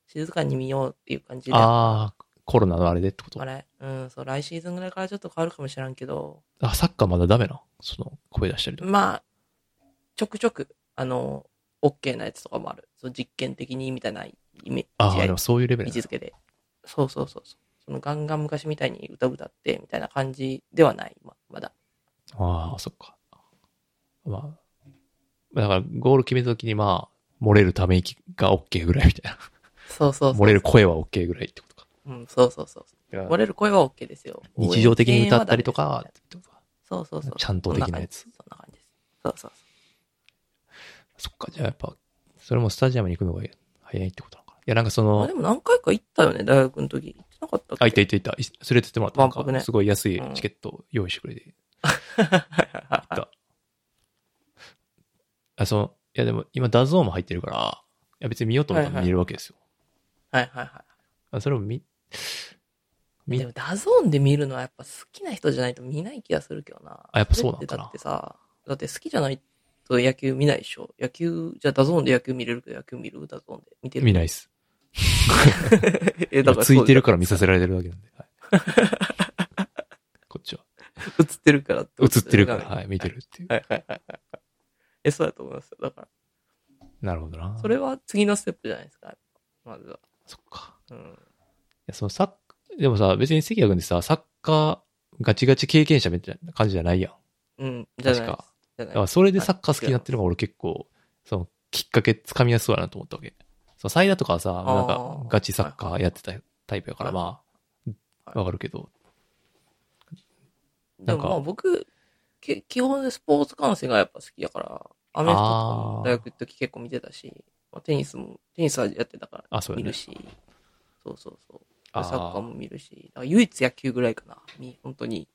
静かに見ようっていう感じで。あああ、コロナのあれでってことれ、うん、そう、来シーズンぐらいからちょっと変わるかもしらんけど、あ、サッカーまだダメなその、声出したりとか。まあ、ちょくちょく、あの、OK なやつとかもある。そう、実験的にみたいなイメあーあ、ジでやもそういうレベ位ル置だづけで。そうそうそうそう。そのガンガン昔みたいに歌歌ってみたいな感じではない、ままだ。ああ、そっか。まあ、だから、ゴール決めた時に、まあ、漏れるため息が OK ぐらいみたいな。そうそうそう。漏れる。声は OK ぐらいってことか。うん、そうそうそう。漏れる声は OK ですよ。日常的に歌ったりとか、ってことかそうそうそう。ちゃんと的なやつそんな感じです。そんな感じです。そうそうそっか、じゃあやっぱ、それもスタジアムに行くのが早いってことなのかな。いや、なんかそそう。あので、も何回か行ったよね、大学の時。行ってなかったっけあ、いたいたいた、い連れてってもらったなんか万博ねすごい安いチケットを用意してくれて、行った。あ、その、いやでも今、ダゾーンも入ってるから、いや別に見ようと思ったら見れるわけですよ。はいはいはあそれも見、い。見でも、ダゾーンで見るのはやっぱ好きな人じゃないと見ない気がするけどな。あやっぱそうなんれかてなだってさ、だって好きじゃないと野球見ないでしょ。野球、じゃあダゾーンで野球見れるけど野球見るダゾーンで見てる。。見ないいっす。 え、だからつそうじゃんいてるから見させられるだけなんで。はい こっちは。映ってるからっ映てこっとてるから、だねはい、見てるっていう。はいはいはいはい。え、そうだと思いますよ。だから、なるほどな。それは次のステップじゃないですか。やっぱまずは。そっか。うん。いや、そのサッ、でもさ、別に関谷君ってさ、サッカーガチガチ経験者みたいな感じじゃないやん。うん。じゃ確ないですか。。じゃなだいからそれでサッカー好きになってるのが俺結構、その、きっかけつかみやすそうだなと思ったわけ。そう、サイダーとかはさ、なんあかーガチサッカーやってたタイプやから、はいまあ、はいわかるけど。でなんもかまあ僕、き基本でスポーツ観戦がやっぱ好きだから、アメフトとかも大学行った時結構見てたし、まあ、テニスも、テニスはやってたかあ、そうらや見ねる。し、そうそうそう。あでサッカーーも見るし、だから唯一野球ぐらいかな。み本当に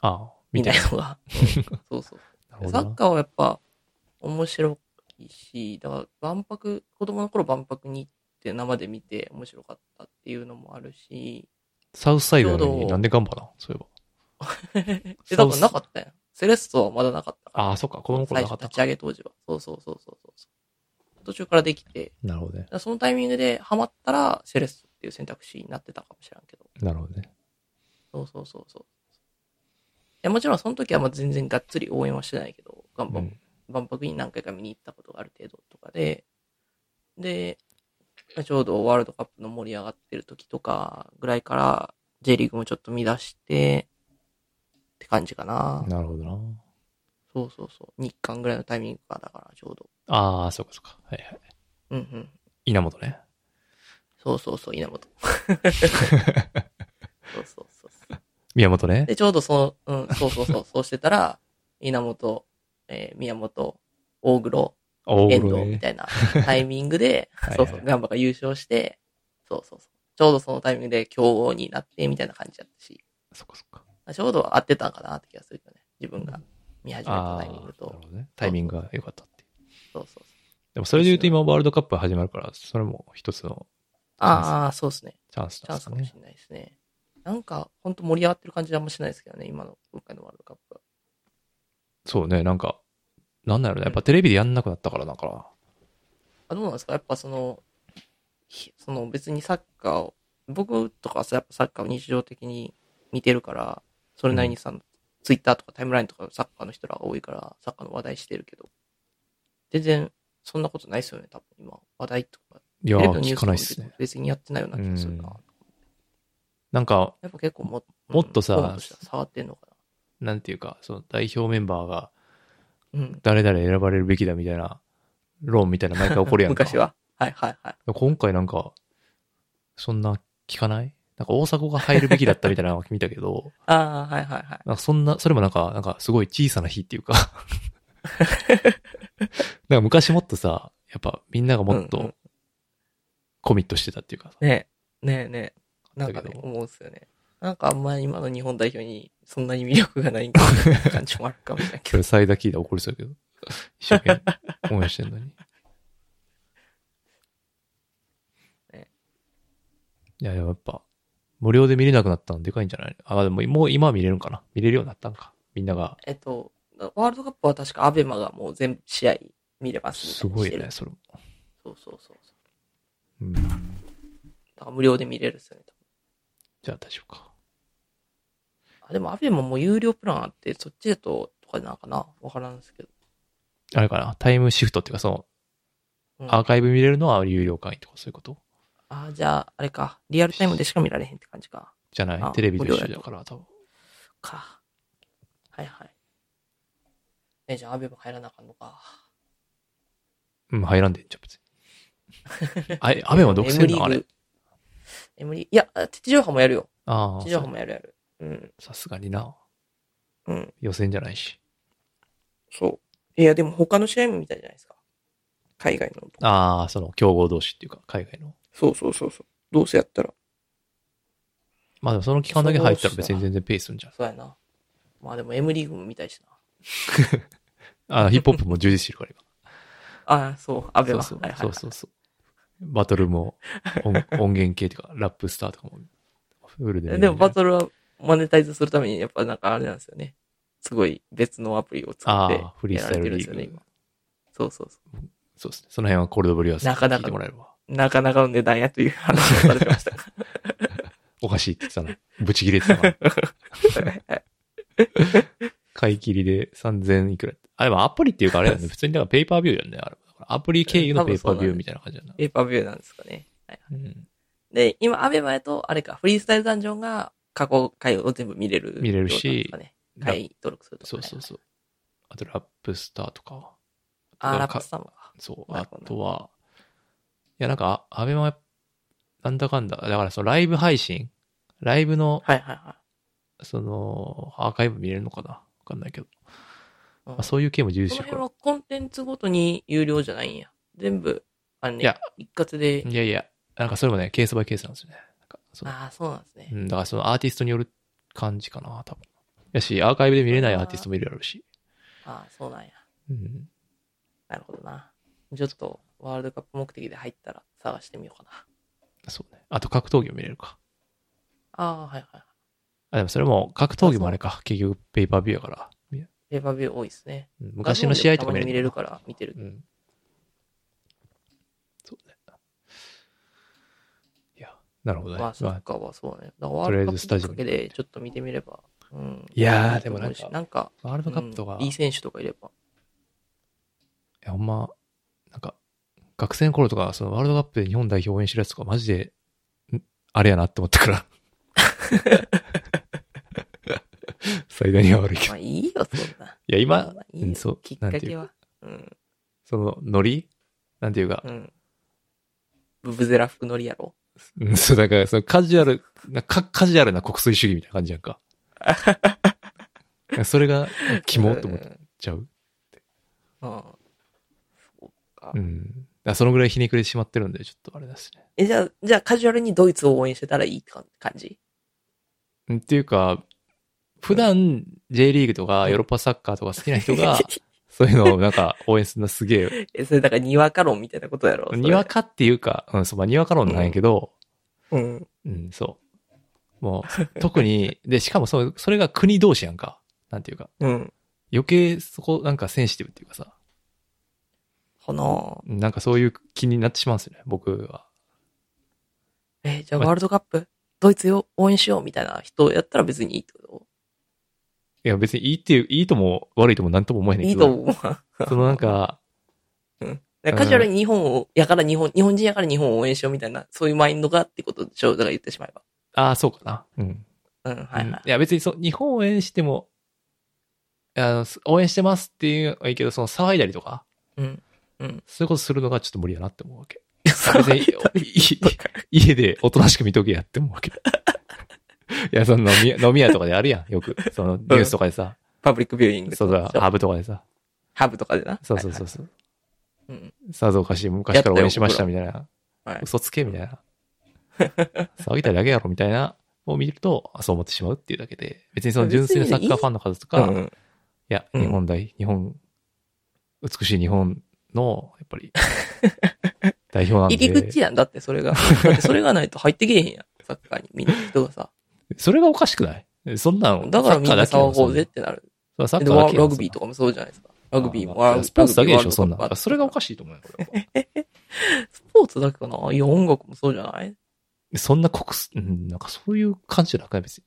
あー、見みたないいな。のが。うんそうそう。なるほサどッな。カーはやっぱ面白いし、だから万博、子供の頃万博に行って生で見て面白かったっていうのもあるし、サウスサイドなのちょうにどなんでガンバなそういえば。 え、だからなかったやん。セレッソはまだなかったから。ああ、そっか、子供の頃最なかっ初た立ち上か。げ当時は。そうそうそうそうそうそう。途中からできて、なるほどねだ。からそのタイミングでハマったらセレッソっていう選択肢になってたかもしれんけど。なるほどね。そうそうそうそう。いや、もちろんその時はまあ全然がっつり応援はしてないけど、万う博,、ん万博に何回か見に行ったことがある程度とかで、で、ちょうどワールドカップの盛り上がってる時とかぐらいから、J リーグもちょっと見出して、って感じかな。なるほどな。そうそうそう。日韓ぐらいのタイミングか、だからちょうど。ああ、そうかそうか。はいはい。うんうん。稲本ね。そうそうそう、稲本。 そうそうそうそう。宮本ね。で、ちょうどその、うん、そうそうそう、そうしてたら、稲本、えー宮本、大黒、大遠黒藤みね。たいなタイミングで、 はいはそいうそう、ガンバが優勝して、そうそうそう。ちょうどそのタイミングで強豪になって、みたいな感じだったし、そっかそっか。ちょうど合ってたんかなって気がするけどね。自分が見始めたああター、イなるミングほと。どね。タイミングが良かったっていう。そうそうそう。でもそれで言うと今ワールドカップ始まるから、それも一つのああ、そうですね。チャンスチなんャンでスすかかもね。しれないですね。なんか、ほんと盛り上がってる感じはあんましないですけどね、今の今回のワールドカップは。そうね、なんか、なんだろうね。やっぱテレビでやんなくなったからなんかな。あどうなんですかやっぱその、ひその別にサッカーを、僕とかはさやっぱサッカーを日常的に見てるから、それなりにさ、ツイッターとかタイムラインとかサッカーの人らが多いから、サッカーの話題してるけど、全然そんなことないですよね、多分今。話題とか。いやテレビー、のニュ聞ースかとかない見ってすてもね。別にやってないような気がするな。うんなんか、やっぱ結構も、もっとさうんフォームしては触ってんのかなんていうか、その代表メンバーがな。うん。誰々選ばれるべきだみたいな、論みたいな毎回起こるやんか。昔ははいはいはい。今回なんか、そんな聞かないなんか大迫が入るべきだったみたいな のを見たけど、ああ、はいはいはい。なんかそんな、それもなんか、なんかすごい小さな日って いうか。なんか昔もっとさ、やっぱみんながもっうんうとんコミットしてたっていうかさ。ねえ、ねえねえ。なんかだねけ、ど思うんですよね。なんかあんまり今の日本代表にそんなに魅力がないんかなって感じもあるかもしれないけそ ど。れ最大聞いたら怒りそうやけど。一生懸命応援してんのに。 ねいや、でもやっぱ、無料で見れなくなったのでかいんじゃないあ、でももう今は見れるんかな見れるようになったんか。みんなが。えっと、ワールドカップは確かアベマがもう全部試合見れますすみたごいいにしてね、る。それも。そうそうそうそうう。ん。だから無料で見れるっすよね。多じゃあ大丈夫か。分あ、でもアベマも有料プランあって、そっちだと、とかなんかなわからんですけど。あれかなタイムシフトっていうか、その、うんアーカイブ見れるのは有料会員とかそういうことあ、じゃあ、あれか。リアルタイムでしか見られへんって感じか。じゃなあいテレビと一無緒料だから、多分。か。はいはい。え、じゃあアベマ入らなあかんのか。うん、入らんでんじゃん、別 に。あれ、アベマ独占 M リーのグあれ。。 M リーグいや、地上波もやるよ。ああ地上波、もやるやる。うん。さすがにな。うん。予選じゃないし。そう。いや、でも他の試合も見たじゃないですか。海外の。ああ、その、競合同士っていうか、海外の。そうそうそうそう。どうせやったら。まあでもその期間だけ入ったら別に全然ペースんじゃん。そうやな。まあでも M リーグも見たいしあ、ヒップホップも充実してるからな。ああ、 そう。アベ今。マ。そうはいそうはそういそうそう。バトルも音音源系とか、ラップスターとかも、フルで見れはいる。でもバトルはマネタイズするために、やっぱなんかあれなんですよね。すごい別のアプリを使あってあ、フリーやスらタれイてルるんリですーよね、今グ。。そうそうそそうですね。その辺はコールドブリュワーズなかな聞かいてもらえれば。う。なかなかの値段やという話をされて ましたかおかしいって言ってたな。ブチ切れて たな。ら。はいはい買い切りで3000いくらやった。あ、でもアプリっていうかあれだね。普通にだからペーパービューだよね。あれだからアプリ経由のペーパービューみたいな感じだな。ペーパービューなんですかね。はい。うん。で、今、アベマやと、あれか、フリースタイルダンジョンが過去回を全部見れる。見れるしようになったんですかね、会員登録すると。。そうそううそう。あとラップスターとか。あー、なラんかップスターもか。そう。なあるほどとは、いや、なんか、アベマ、なんだかんだ、だからそのライブ配信、ライブの、はいはいはい。その、アーカイブ見れるのかなわかんないけど、うんまあ、そういう系も重視こしのてるか辺らは。コンテンツごとに有料じゃないんや。全部、あのね、いや一括で。いやいや、なんかそれもね、ケースバイケースなんですよね。なんかそのああ、そうなんですね。うん、だからそのアーティストによる感じかな、多分。やし、アーカイブで見れないアーティストもいるやろうし。ああ、そうなんや。うん。なるほどな。ちょっと、ワールドカップ目的で入ったら探してみようかな。そうね。あと格闘技も見れるか。ああ、はいはい。あ、でもそれも格闘技もあれか。結局ペーパービューやから。みうんペーパービュー多いですね。昔の試合とか画見面れでるもたまに見れるから見てる。うん。そうね。いや、なるほどね。まあ、サまッあカーはそうね。だからワールドカップきっかけでちょっと見てみれば。うん、いやーでもなんかいいと思うしなんか、ワールドカップとか、うんいい選手とかいれば。いや、ほんま、なんか、学生の頃とか、そのワールドカップで日本代表応援してるやつとか、マジで、んあれやなって思ったから。 最大には悪いけまど。いあいいよ、そんな。や、今まあ、うんそうきっなんかていうけは。うん。その、ノリなんていうかう、ん。ブブゼラ服乗りやろ。うん、そう、だから、そのカジュアル、なかカジュアルな国粋主義みたいな感じやん か。それが、キモと思っちゃう。うん。うんそうか。うん。だからそのぐらいひねくれてしまってるんで、ちょっとあれですね。え、じゃあ、じゃあカジュアルにドイツを応援してたらいいか感じうんっていうか、普段 J リーグとかヨーロッパサッカーとか好きな人 が、そういうのをなんか応援するのすげえ、 え、それだからにわか論みたいなことやろ。それにわ。かっていうか、うん、そう、まあ、にわか論なんやけど、うん。うん、そう。もう、特 に、で、しかもそう、それが国同士やんか。なんていうか、うん。余計そこ、なんかセンシティブっていうかさ、かなぁなんかそういう気になってしまうんですよね、僕は。え、じゃあまあワールドカップ、ドイツを応援しようみたいな人やったら別にいいってこいや、別にいいっていう、いいとも悪いともなんとも思えとないいけいとど、思うわ。そのなんか、だからカジュアルに日本を、やから日本、日本人やから日本を応援しようみたいな、そういうマインドがってことでしょ。だから言ってしまえば。ああ、そうかな。うん。うん、はいはいい。や、別にそう、日本を応援しても、あの、す応援してますっていうのはいいけど、その騒いだりとか、うん。うん。そういうことするのがちょっと無理やなって思うわけ。別 別に、い 家でおとなしく見とけやって思うわけ。い や、その飲み飲み屋とかであるやん、よく。そのニュースとかでさ、パブリックビューイングそうだ、ハブとかでさ、ハブとかでな。そうそうそうそう。はいはい。うん。さぞかし昔から応援しましたみたいな。はい嘘つけみたいな。騒ぎたいだけやろみたいな。を見ると、あそう思ってしまうっていうだけで、別にその純粋なサッカーファンの数とか、うんいや、うん日本大、日本、美しい日本の、やっぱり、代表なんで。入り口やん。だってそれが。だってそれがないと入ってけえへんやん。サッカーにみんな人がさ。それがおかしくないそんなの、だからみんサなッカーだけやん騒ごうぜってなる。それサッで、カーだラけやんグビーとかもそうじゃないですか。ラグビーも。あラグビースポーツだけでしょ、そんなワールドカップあっん。たそれがおかしいと思うよ、これはスポーツだけかないや、音楽もそうじゃないそんな国す、うん、なんかそういう感じじゃなくない別に。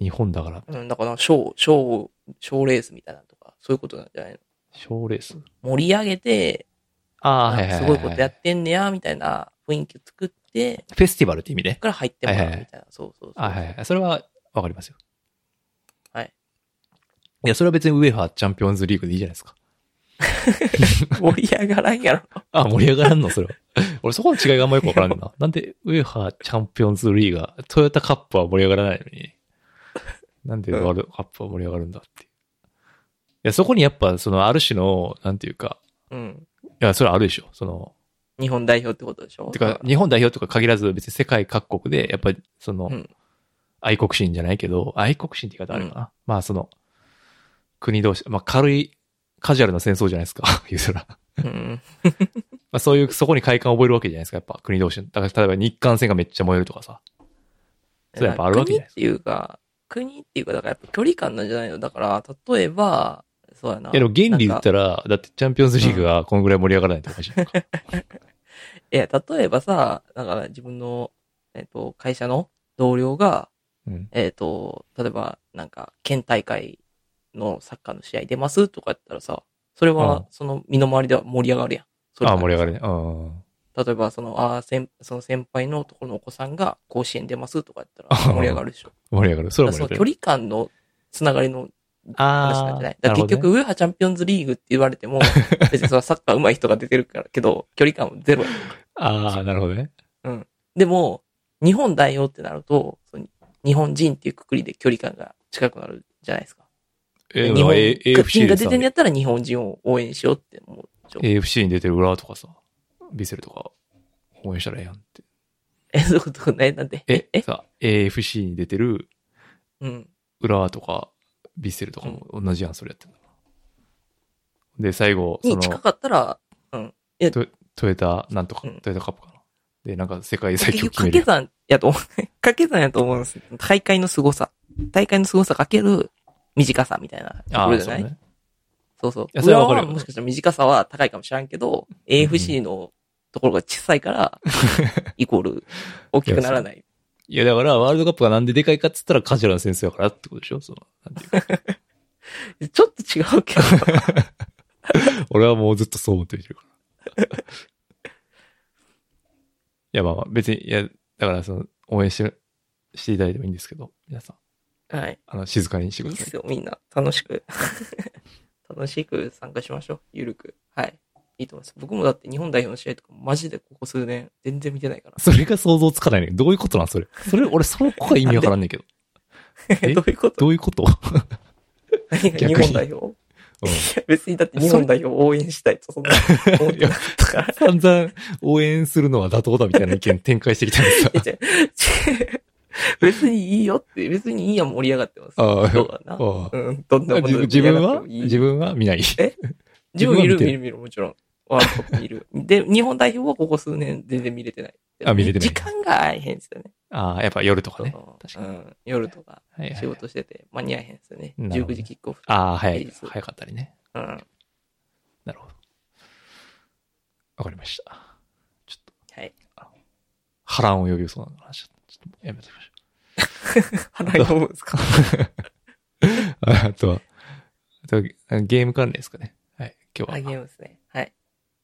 日本だから、うん、だから、ショー、ショー、ショーレースみたいなのとか、そういうことなんじゃないの賞レース。盛り上げて、ああ、はいはいなんかはすい。ごいことやってんねや、みたいな雰囲気を作って、フェスティバルって意味ねそこ。から入ってもらうみたいはいな。そうそうそう。あはいはい。それは、わかりますよ。はい。いや、それは別にウェファーチャンピオンズリーグでいいじゃないですか。盛り上がらんやろ。あ、盛り上がらんの それは。俺そこの違いがあんまよくわからん ねんな。なんで、ウェハーチャンピオンズリーガー、トヨタカップは盛り上がらないのに、なんでワールドカップは盛り上がるんだっていう。いや、そこにやっぱ、その、ある種の、なんていうか、うん。いや、それはあるでしょ。その、日本代表ってことでしょてか、日本代表とか限らず、別に世界各国で、やっぱり、その、うん愛国心じゃないけど、愛国心って言い方あるかな。まあ、その、国同士、まあ、軽い、カジュアルな戦争じゃないですか、 言うたら。うん。まあそういう、そこに快感を覚えるわけじゃないですか、やっぱ国同士の。だから例えば日韓戦がめっちゃ燃えるとかさ。 そうやっぱあるわけじゃないですか。国っていうか、国っていうか、だからやっぱ距離感なんじゃないのだから、例えば、そうやな。いやでも原理言ったら。ら、だってチャンピオンズリーグがこのぐらい盛り上がらないとお かしいのか。いや、例えばさ、だから自分の、えっ、と、会社の同僚が、うん。えっ、と、例えば、なんか、県大会のサッカーの試合出ますとかやったらさ、それうはん、その身の回りでは盛り上がるやん。それあはあ、盛り上がるね。うん。例えば、その、ああ、先その先輩のところのお子さんが甲子園出ますとかやったら盛り上がるでしょ。盛り上がる。それだはか盛らそり上の距がる。離感のつながりの話なんじゃないだから結局、ウェハチャンピオンズリーグって言わ れても、別にそれはサッカー上手い人が出てるからけど、距離感はゼロやねああ、なるほどね。でも、日本代表ってなると、その日本人っていうくくりで距離感が近くなるじゃないですか。え日日本 A- 人 AFC がで出さてん、やったら日本人を応援しようって思うでしょ。 AFC に出てる裏とかさ、ビセルとか応援したらええやんって。え、そういうことね。なんで。え、さ、AFC に出てるうん。裏とかビセルとかも同じやん、それやってんだからで、最後、そにの、近かったら、トヨタ、なんとか、うんトヨタカップかな。で、なんか世界最結強局決掛めける。算やと思う。掛け算やと思うんですよ。大会の凄さ。大会の凄さかける短さみたいなとああこー、ろじゃそうないね。そうそう。やそれはわかるよ裏もしかしたら短さは高いかもしらんけど、AFC のところが小さ いから、イコール大きくならない。いや、だから、ワールドカップがなんででかいかっつったら、カジュラの先生だからってことでしょその、なんていうかちょっと違うけど。俺はもうずっとそう思って見てるから。 いや、まあまあ、別に、いや、だから、その、応援して、していただいてもいいんですけど、皆さん、 はい。あの、静かにしていくいっださい。すよ、みんな。楽しく。 楽しく参加しましょう。ゆるく。はい。いいと思います。僕もだって日本代表の試合とかマジでここ数年全然見てないから。それが想像つかないね。どういうことなんそれ。それ、俺、その子が意味わからん ねんけど。えどういうことどういうこと何逆が日に本代う表んいや 別にだって日本代表を応援したいとそんな思ってなかったから。。散々応援するのは妥当だみたいな意見展開してきたんですよ 違う違う別にいいよって、別にいいやん盛り上がってます。ああそうだな。ああうん、どんなことで自も自盛り上分がっはてもいい自分は見ない。自分見る自分は見て見るる見る、もちろん。ワールドカップ見る。で、日本代表はここ数年全然見れてない。あ見れてない時間が大変ですよね。ああ、やっぱ夜とかね。そ確のかうん、夜とかはいはい仕事してて間に合えへんですよね。なるほ19ど時キックオフ。ああ、早い平日早かったりね。うん。なるほど。わかりました。ちょっとはい。 波乱を呼びそうな話だったちょっとやめてきまし払い込むんで すょか う。あとは、あとはゲーム関連ですかね。はい、今あ、日ゲは。ームですね。はい。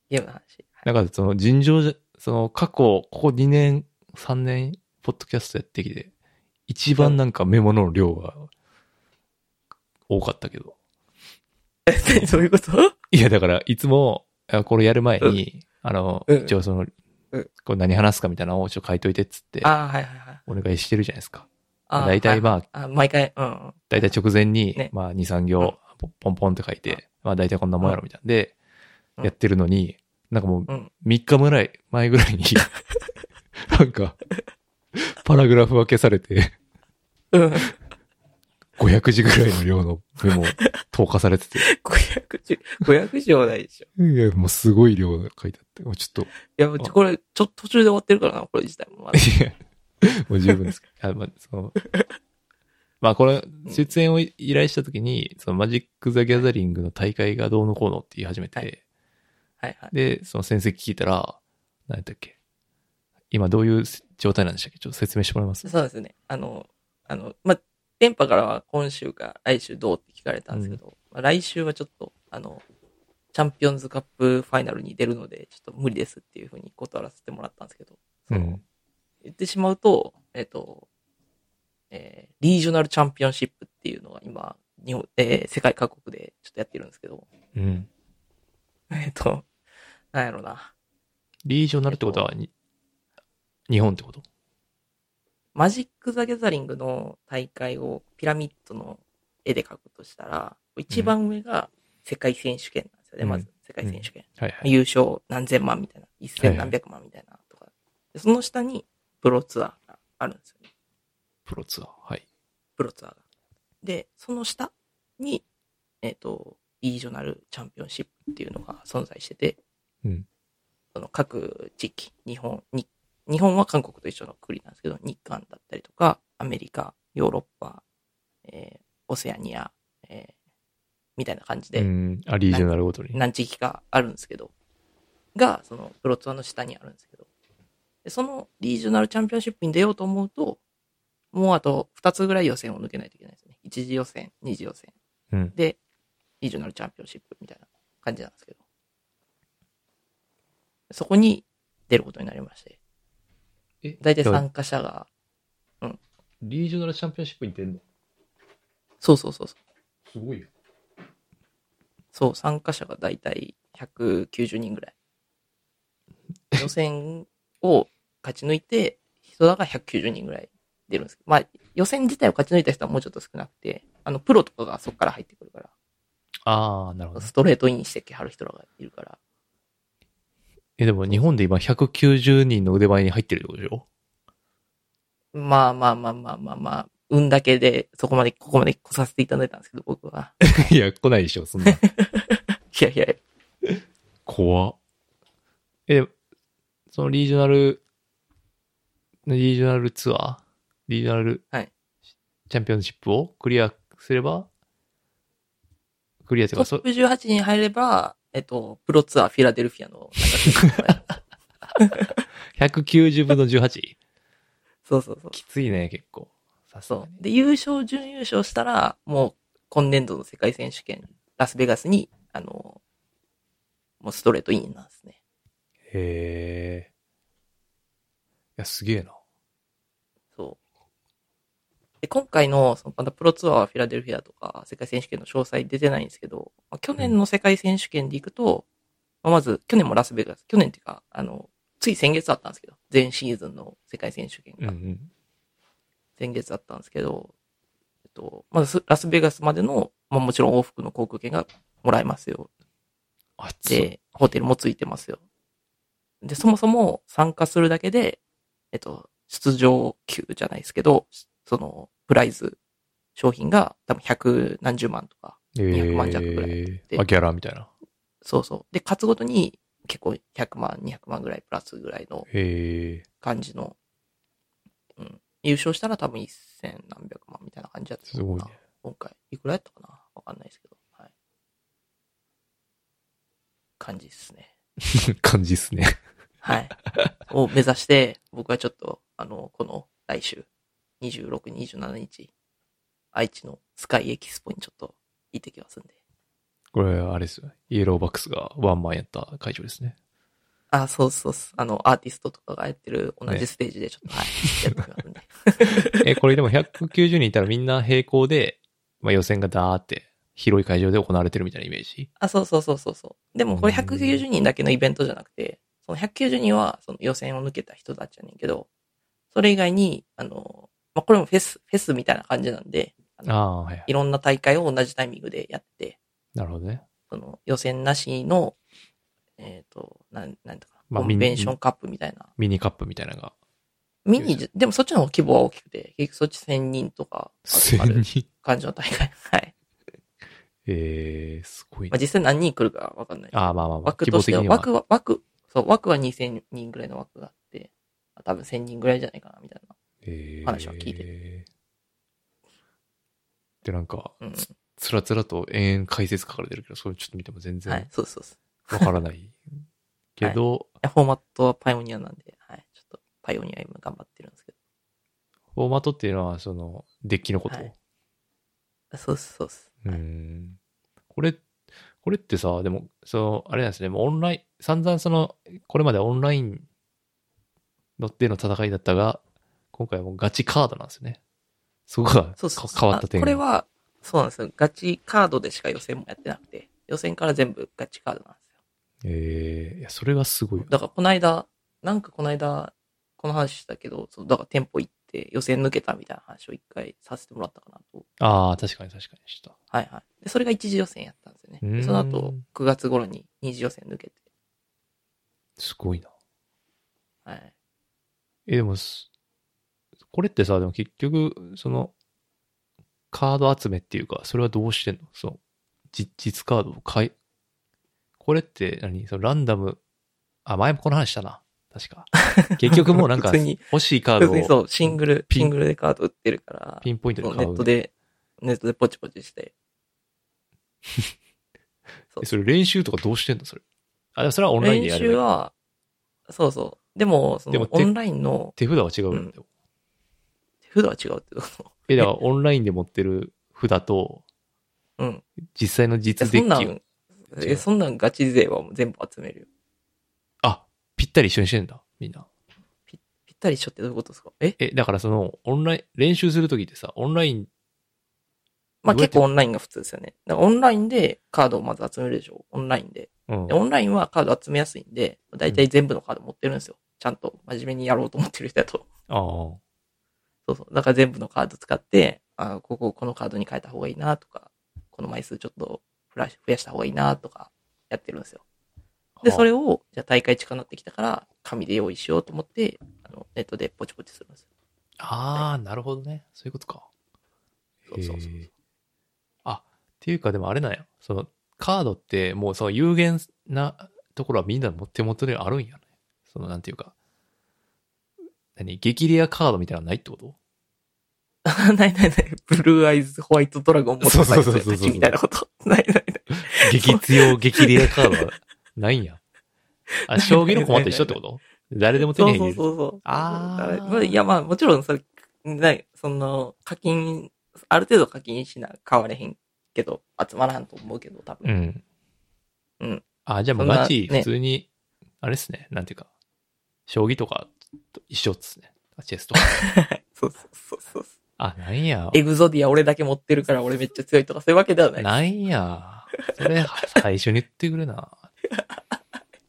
ゲームの話。はいなんかその尋常じゃ、その過去、ここ2年、3年、ポッドキャストやってきて、一番なんかメモの量が多かったけど。え、 そういうこといや、だから、いつも、あこれやる前に、あの、うん一応その、うんこれ何話すかみたいなのをちょっと書いといてっつって、ああ、はいはいはい。お願いしてるじゃないですか。あー大体まあ、あ、毎回、うんうん。大体直前に、ねまあ、2、3行、ポポンポンって書いて、まあ、大体こんなもんやろみたいなんで、うんやってるのに、なんかもう、うん3日ぐらい、前ぐらいに、 なんか、パラグラフ分けされて、うん。 500字ぐらいの量のメモを投下されて て、 500字、500字はないでしょ。いや、もうすごい量が書いてあって、もうちょっと、いや、もうちょこれ、ちょ、途中で終わってるからな、これ自体もまだ。いや、 もう十分ですけど。あまあ、その、まあこれ、出演を依頼したときに、そのマジック・ザ・ギャザリングの大会がどうのこうのって言い始めて、はいはいはい。で、その先生聞いたら、何やったっけ今どういう状態なんでしたっけちょっと説明してもらえますそうですね。あの、あの、まあ、電波からは今週か来週どうって聞かれたんですけど、まあ、来週はちょっと、あの、チャンピオンズカップファイナルに出るので、ちょっと無理ですっていうふうに断らせてもらったんですけど、その、うん言ってしまうと、えっ、と、えーリージョナルチャンピオンシップっていうのが今、日本、えー世界各国でちょっとやってるんですけど、うん。えっ、と、なんやろな。リージョナルってことは、に日本ってことマジック・ザ・ギャザリングの大会をピラミッドの絵で描くとしたら、一番上が世界選手権なんですよね、うんまず世界選手権。はいはい。優勝何千万みたいな、一千何百万みたいなとか。でその下にプロツアーがあるんですよね、プロツアー。はい。プロツアーが。で、その下に、えっ、と、リージョナルチャンピオンシップっていうのが存在してて、うんその各地域、日本、に日本は韓国と一緒の国なんですけど、日韓だったりとか、アメリカ、ヨーロッパ、えーオセアニア、えーみたいな感じで、うん。あ、リージョナルごとに。何地域かあるんですけど、が、そのプロツアーの下にあるんですけど、でそのリージョナルチャンピオンシップに出ようと思うと、もうあと2つぐらい予選を抜けないといけないですね。1次予選、2次予選。うん。で、リージョナルチャンピオンシップみたいな感じなんですけど。そこに出ることになりまして。え大体参加者が、リージョナルチャンピオンシップに出るのそうそうそうそう。すごいよ。そう、参加者がだいたい190人 ぐらい。予選を勝ち抜いて、人だが190人ぐらい出るんですけど、まあ、予選自体を勝ち抜いた人はもうちょっと少なくて、あの、プロとかがそこから入ってくるから、ああ、なるほどね。ストレートインしてきはる人らがいるから、え、でも日本で今190人の腕前に入ってるってことでしょ まあまあまあまあまあまあ、運だけで、そこまで、ここまで来させていただいたんですけど、僕は。いや、来ないでしょ、そんな。いやいや、 怖っえ、そのリージョナル、リージョナルツアーリージョナル、はいチャンピオンシップをクリアすればクリアっていうトか、そップ18に入れば、えっと、プロツアーフィラデルフィア の中で190分の 18? そうそうそ う。きついね、結構。さすがそにう。で、優勝、準優勝したら、もう、今年度の世界選手権、ラスベガスに、あの、もうストレートインなんですね。へえ。いや、すげえな。そう。で、今回の、その、まだプロツアーはフィラデルフィアとか、世界選手権の詳細出てないんですけど、まあ去年の世界選手権で行くと、まあまず、去年もラスベガス、去年っていうか、あの、つい先月あったんですけど、前シーズンの世界選手権うんがう。ん。前月あったんですけど、えっと、まずラスベガスまでの、まあもちろん往復の航空券がもらえますよ。あそうで、ホテルもついてますよ。で、そもそも参加するだけで、えっと、出場級じゃないですけど、その、プライズ、商品が多分百何十万とか、200万弱ぐらいへえであ、ギャラみたいな。そうそう。で、勝つごとに結構100万、200万ぐらいプラスぐらいのへえ。感じの、うん。優勝したら多分1000何百万みたいな感じだったすのかごいなね。今回、いくらやったかなわかんないですけど。はい。感じですね。感じっすね。 はい。を目指して、僕はちょっと、あの、この来週、26、27日、愛知のスカイエキスポにちょっと行ってきますんで。これ、あれですよ。イエローバックスがワンマンやった会場ですね。あ、そうそうそう。あの、アーティストとかがやってる同ねじステージでちょっと、はい、やってきますんで。 え、これでも190人いたらみんな平行で、まあ、予選がダーって広い会場で行われてるみたいなイメージ。あ、そうそうそうそうそう。でもこれうん190人だけのイベントじゃなくて、その190人はその予選を抜けた人たちやねんけど、それ以外に、あの、まあ、これもフェス、フェスみたいな感じなんで、ああのあ、はいはい。いろんな大会を同じタイミングでやって、なるほどね。その予選なしの、えっ、と、なん、なんとか、まあコンベンションカップみたいな。ミニカップみたいなのが。ミニじゃ、でもそっちの方が規模は大きくて、結局そっち1000人とか集ま1000る人。感じの大会。 はい。えー、すごいまあ、ね。実際何人来るかわかんない。ああ、まあまあまあ。枠規と模して的は、には。枠は、枠、そう、枠は2000人ぐらいの枠があって、あ多分1000人ぐらいじゃないかな、みたいな。えー話は聞いてで、なんか、うん。つらつらと延々解説書かれてるけど、それちょっと見ても全はい然、そうそうそう。わからない。け ど、いやフォーマットはパイオニアなんで、はい。ちょっと、パイオニア今頑張ってるんですけフォーマットっていうのは、その、デッキのこと。はいど。そうっす、そうっす。うはいん。これ、これってさ、でも、その、あれなんですね、もうオンライン、散々その、これまでオンラインのっての戦いだったが、今回はもうガチカードなんですね。そこがそうそうそかう変わった点。あこれは、そうなんですよ。ガチカードでしか予選もやってなくて、予選から全部ガチカードなんですええいや、それがすごいよよ。。だからこの間、なんかこの間、この話したけど、そうだから店舗行って予選抜けたみたいな話を一回させてもらったかなと。ああ、確かに確かにした。はいはい。で、それが一次予選やったんですよね。うーんでその後、9月頃に二次予選抜けて。すごいな。はい。え、でもす、これってさ、でも結局、その、カード集めっていうか、それはどうしてんのその、実、実カードを買い、これって何そのランダム、あ、前もこの話したな。確 か。結局もうなんか、普通に欲しいカー別にドをそう、シングル、ピンシングルでカード売ってるから、ピンポイントでそうネ買うッ。トで、ネットでポチポチして。えそれ練習とかどうしてんのそれ。あ、でもそれはオンラインで練や習る。は、そうそう。でも、そでのも、オてンラインの手札は違うんだよ。手札は違うってこと。え、だからオンラインで持ってる札と、 うん。実際のえ実デそんなッキをん、えそんなんガチ勢はもう全部集めるよ。あ、ぴったり一緒にしてんだ。みんな。ぴったりしょってどういうことですかええ、だからその、オンライン、練習するときってさ、オンラインまあどうやって結構オンラインが普通ですよね。だからオンラインでカードをまず集めるでしょ。オンラインで。うんで、オンラインはカード集めやすいんで、だいたい全部のカード持ってるんですよ。ちゃんと真面目にやろうと思ってる人だと。ああ。そうそう。だから全部のカード使って、あこここのカードに変えた方がいいなとか、この枚数ちょっと増やし増やした方がいいなとか、やってるんですよ。で、それを。を、じゃあ大会近くなってきたから、紙で用意しようと思って、あのネットでポチポチするんですよ。ああ、なるほどね。そういうことか。そうそうそうへえあ、っていうかでもあれなんや。その、カードってもうその有限なところはみんな手元であるんやね。その、なんていうか。何激レアカードみたいなのないってことあ ないないない。ブルーアイズ、ホワイトドラゴン、モトサイズそうそうそうそうそうみたいなこと。 ないないない。激強、激レアカードはないんや。あ、将棋の駒と一緒ってこと誰でも手 そにう入れそるう。そうそう。あーだからまあいや、まあ、もちろん、それ、ない、その、課金、ある程度課金しな、買われへんけど、集まらんと思うけど、多分。うん。うん。あ、じゃあもうそんなガチ、ね普通に、あれっすね。なんていうか、将棋とかと一緒っすね。あチェス とか。そうそうそうそう。あ、なんや。エグゾディア俺だけ持ってるから俺めっちゃ強いとかそういうわけではない。なんや。それ、最初に言ってくれな。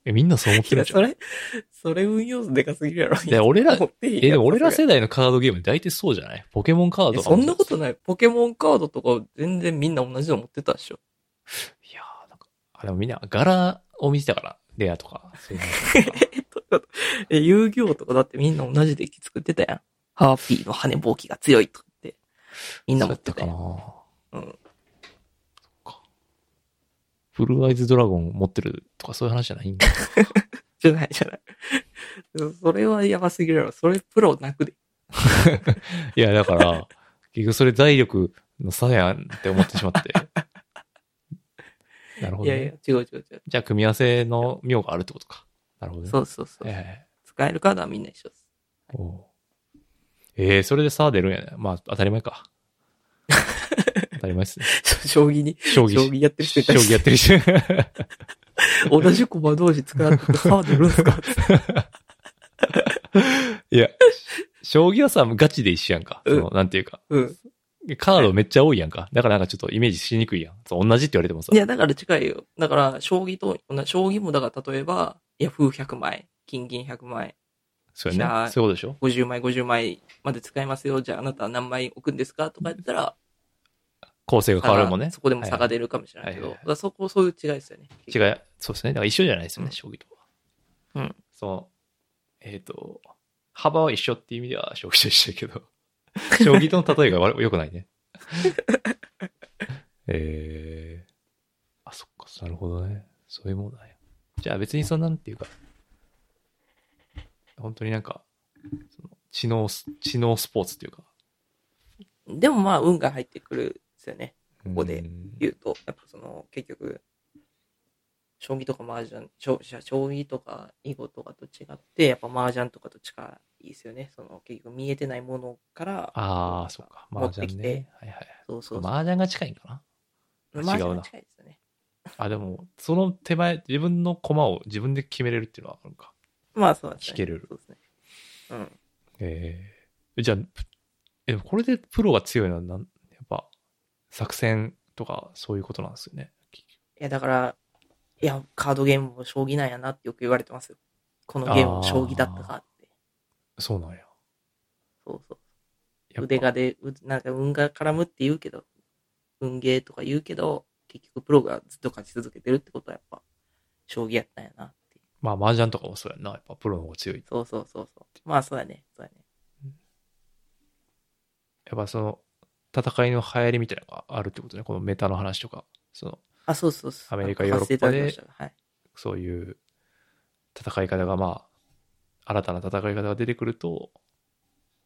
え、みんなそう思っているや、じゃそん。れ、それ運用でかすぎるやろ。いや俺ら持ってへんやんえ、でも俺らさす世代のカードゲームって大体そうじゃないポケモンカーがにドえとかそもんなことない。ポケモンカードとか全然みんな同じの持ってたでしょ。 いやーなんか、あ、でもみんな柄を見てたから、レアとか。そういうのえ、遊戯王とかだってみんな同じデッキ作ってたやん。ハーピーの羽ぼうきが強いとかって。みんな持ってたやん。そうやったかなうそん。っか。ブルーアイズドラゴン持ってるとかそういう話じゃない んだ。じゃないじゃない。それはやばすぎるやろ。それプロなくで。いや、だから、結局それ財力の差やんって思ってしま って。なるほいど、やね。いや、違う違う違う。じゃあ、組み合わせの妙があるってことか。なるほどね。そうそうそう。え使えるカードはみんな一緒です。えおうええそれで差出るんやね。まあ、当たり前 か。当たり前っすね。将棋に、将棋。将棋やってる人いた将棋やってる人。 同じ駒同士使ってカード売るんすかいや、将棋はさ、ガチで一緒やんか。その、なん ていうか。うん。カードめっちゃ多いやんか。だからなんかちょっとイメージしにくいやん。そう同じって言われてもさ。いや、だから近いよ。だから、将棋と、将棋もだから例えば、ヤフー100枚、金銀100枚、そういややね。そういうことでしょ50枚、50枚まで使えますよ。じゃああなたは何枚置くんですかとか言ったら、構成が変わるもんあねそ。こでも差が出るかもしれないけど、はいはいはいだからそこ、そういう違いですよね。違う、そうですね。だから一緒じゃないですよね、うん将棋とうは。ん。その、えっ、と、幅は一緒っていう意味では将棋と一緒だけど、将棋との例えが悪良く ないね。えー、あ、そっか、なるほどね。そういうもんだね。じゃあ別にそんなんていうか、本当になんか、その知能ス、知能スポーツっていうか。でもまあ、運が入ってくるんですよね。ここで言うと、やっぱその、結局、将棋とか麻雀、将将棋とか囲碁とかと違って、やっぱ麻雀とかと近いですよね。その、結局見えてないものから、ああ、そっか。持麻って雀きてね。はいはい。そうそうそう。麻雀が近いんかな。麻違雀うがな近いですよね。あ、でも、その手前、自分の駒を自分で決めれるっていうのはあるのか。まあそうですね。弾けるそうですね。うん。ええじゃあ、プえ、これでプロが強いのはなん、やっぱ、作戦とか、そういうことなんですよね。いや、だから、いや、カードゲームも将棋なんやなってよく言われてますよ。このゲームも将棋だったかって。そうなんや。やそうそう。っぱ腕がで、うなんか運が絡むって言うけど、運ゲーとか言うけど、結局プロがずっと勝ち続けてるってことはやっぱ、将棋やったんやなっていう。まあ、麻雀とかもそうやんな。やっぱ、プロの方が強い。そうそうそうそう。まあそうやね。そうやね。やっぱ、その、戦いの流行りみたいなのがあるってことね。このメタの話とか、その、あ、そうそうそアう。メリカあヨーロッパでさせていただきましたはい。そういう戦い方が、まあ、新たな戦い方が出てくると、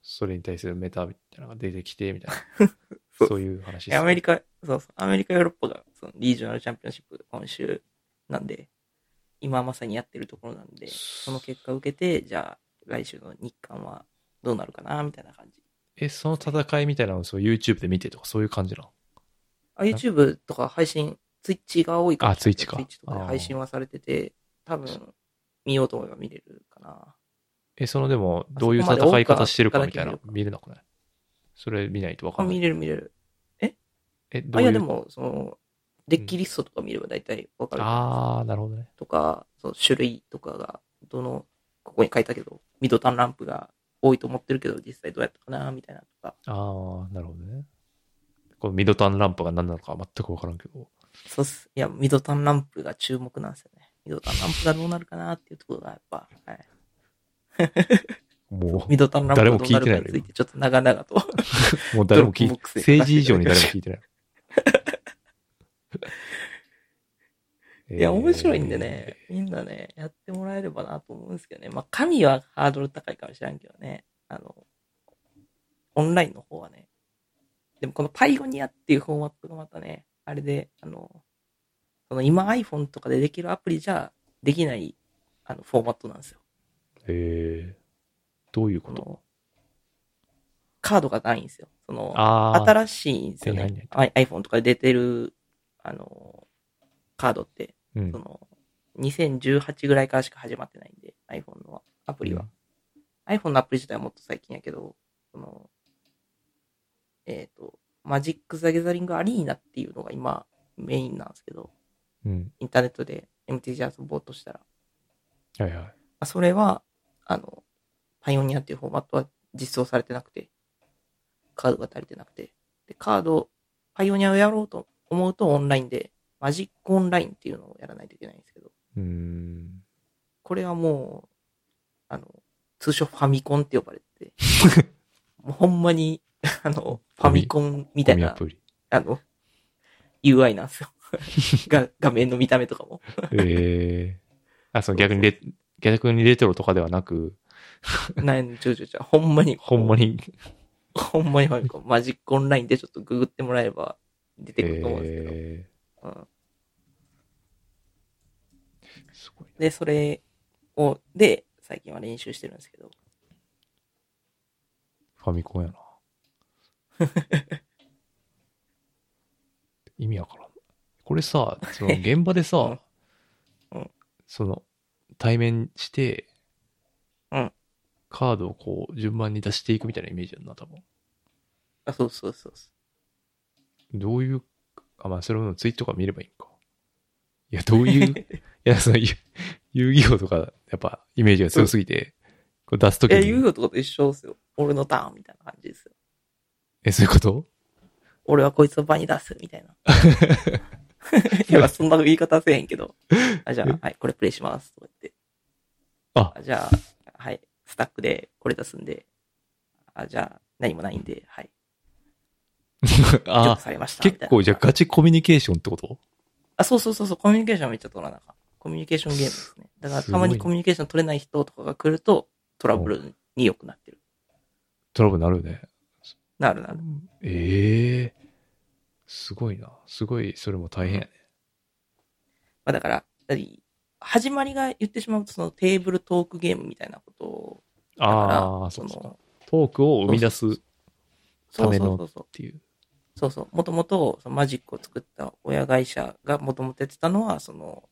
それに対するメタみたいなのが出てきて、みたいな。 そういう話いですやねアメリカ、そうそう、アメリカ、ヨーロッパが、その、リージョナルチャンピオンシップ、今週、なんで、今まさにやってるところなんで、その結果を受けて、じゃあ、来週の日韓はどうなるかな、みたいな感じ。え、その戦いみたいなのをそう YouTube で見てとかそういう感じなのあ、YouTube とか配信、Twitch が多いかもしれないけど。あ Twitch か Twitch とかで配信はされてて、多分、見ようと思えば見れるかな。え、そのでも、どういうあそこま戦でい方してるかみたい追なうか、見れなくないそれ見ないとわあ、かんな見い。れる見れる。ええ、どあ、ういいうや、でも、その、デッキリストとか見れば大体わかる。ああ、なるほどね。とか、その種類とかが、どの、ここに書いたけど、ミドタンランプが多いと思ってるけど、実際どうやったかな、みたいなとか。ああ、なるほどね。このミドタンランプが何なのか全く分からんけど。そうっす。いや、ミドタンランプが注目なんですよね。ミドタンランプがどうなるかなっていうところが、やっぱ、はい。もミドタンランプが誰どもう聞ないてないるのかについて、ちょっと長々と。う、もう誰も聞いドロップボックスで政治以上に誰も聞いてない。 いや、面白いんでね、みんなね、やってもらえればなと思うんですけどね。まあ、神はハードル高いかもしれんけどね。あの、オンラインの方はね。でもこのパイオニアっていうフォーマットがまたね、あれで、あの、その今 iPhone とかでできるアプリじゃできない、あの、フォーマットなんですよ。えー。えーどういうこことの、カードがないんですよ。その、ああ、新しいんですよ手にね。アイ iPhone とかで出てる、あの、カードって。うんその、2018ぐらいからしか始まってないんで、iPhone のアプリは。iPhone のアプリ自体はもっと最近やけど、その、えっ、と、マジック・ザ・ギャザリング・アリーナっていうのが今メインなんですけど、うん。インターネットで MTG 遊ぼうとしたら、まはいはい。あ、それは、あの、パイオニアっていうフォーマットは実装されてなくて、カードが足りてなくて、で、カード、パイオニアをやろうと思うとオンラインで、マジックオンラインっていうのをやらないといけないんですけど、うーん。これはもう、あの、通称ファミコンって呼ばれてて、 もうほんまに、 あの、ファミコンみたいゴミアな、プリ。あの、UI なんですよ。 が画面の見た目とかも。ええあ、その逆にレ、逆にレトロとかではなく、なんちょちょちょ、ほんまに、ほんまに、ほんまにファミコン、マジックオンラインでちょっとググってもらえれば出てくると思うんですけど。えうんーすごい。で、それを、で、最近は練習してるんですけど、ファミコンやな。 意味わからん。これさ、 その現場でさ、うんうんその、対面して、うんカードをこう、順番に出していくみたいなイメージやんな、多分。あ、そうそうそうそう。どういう、あ、まあ、それのツイートとか見ればいいんか。いや、どう いう、いや、その、遊遊戯王とか、やっぱ、イメージが強すぎて、こう出すときえ、遊に、戯王とかと一緒ですよ。俺のターンみたいな感じですよ。え、そういうこと 俺はこいつを場に出す、みたいな。 いや、そんな言い方はせえへんけど。あじゃあ、はい、これプレイします、とか言って。あじゃあ、はい、スタックでこれ出すんで。あ、じゃあ、何もないんで、はい。あされました。み結たいな構、じゃあガチコミュニケーションってことあ、そうそうそうそう、コミュニケーションめっちゃ取らなあかんコミュニケーションゲームですね。だから、すたごいまにコミュニケーション取れない人とかが来ると、トラブルに良くなってる。トラブルなるよね。なるなる。ええすごいな。すごい、それも大変やね。まあだから、だり始まりが言ってしまうと、そのテーブルトークゲームみたいなことだから、ああ、そそうそのう。トークを生み出すっそたうめそのうそうそう。ていう。そうそう。もともと、そのマジックを作った親会社がもともとやってたのは、その、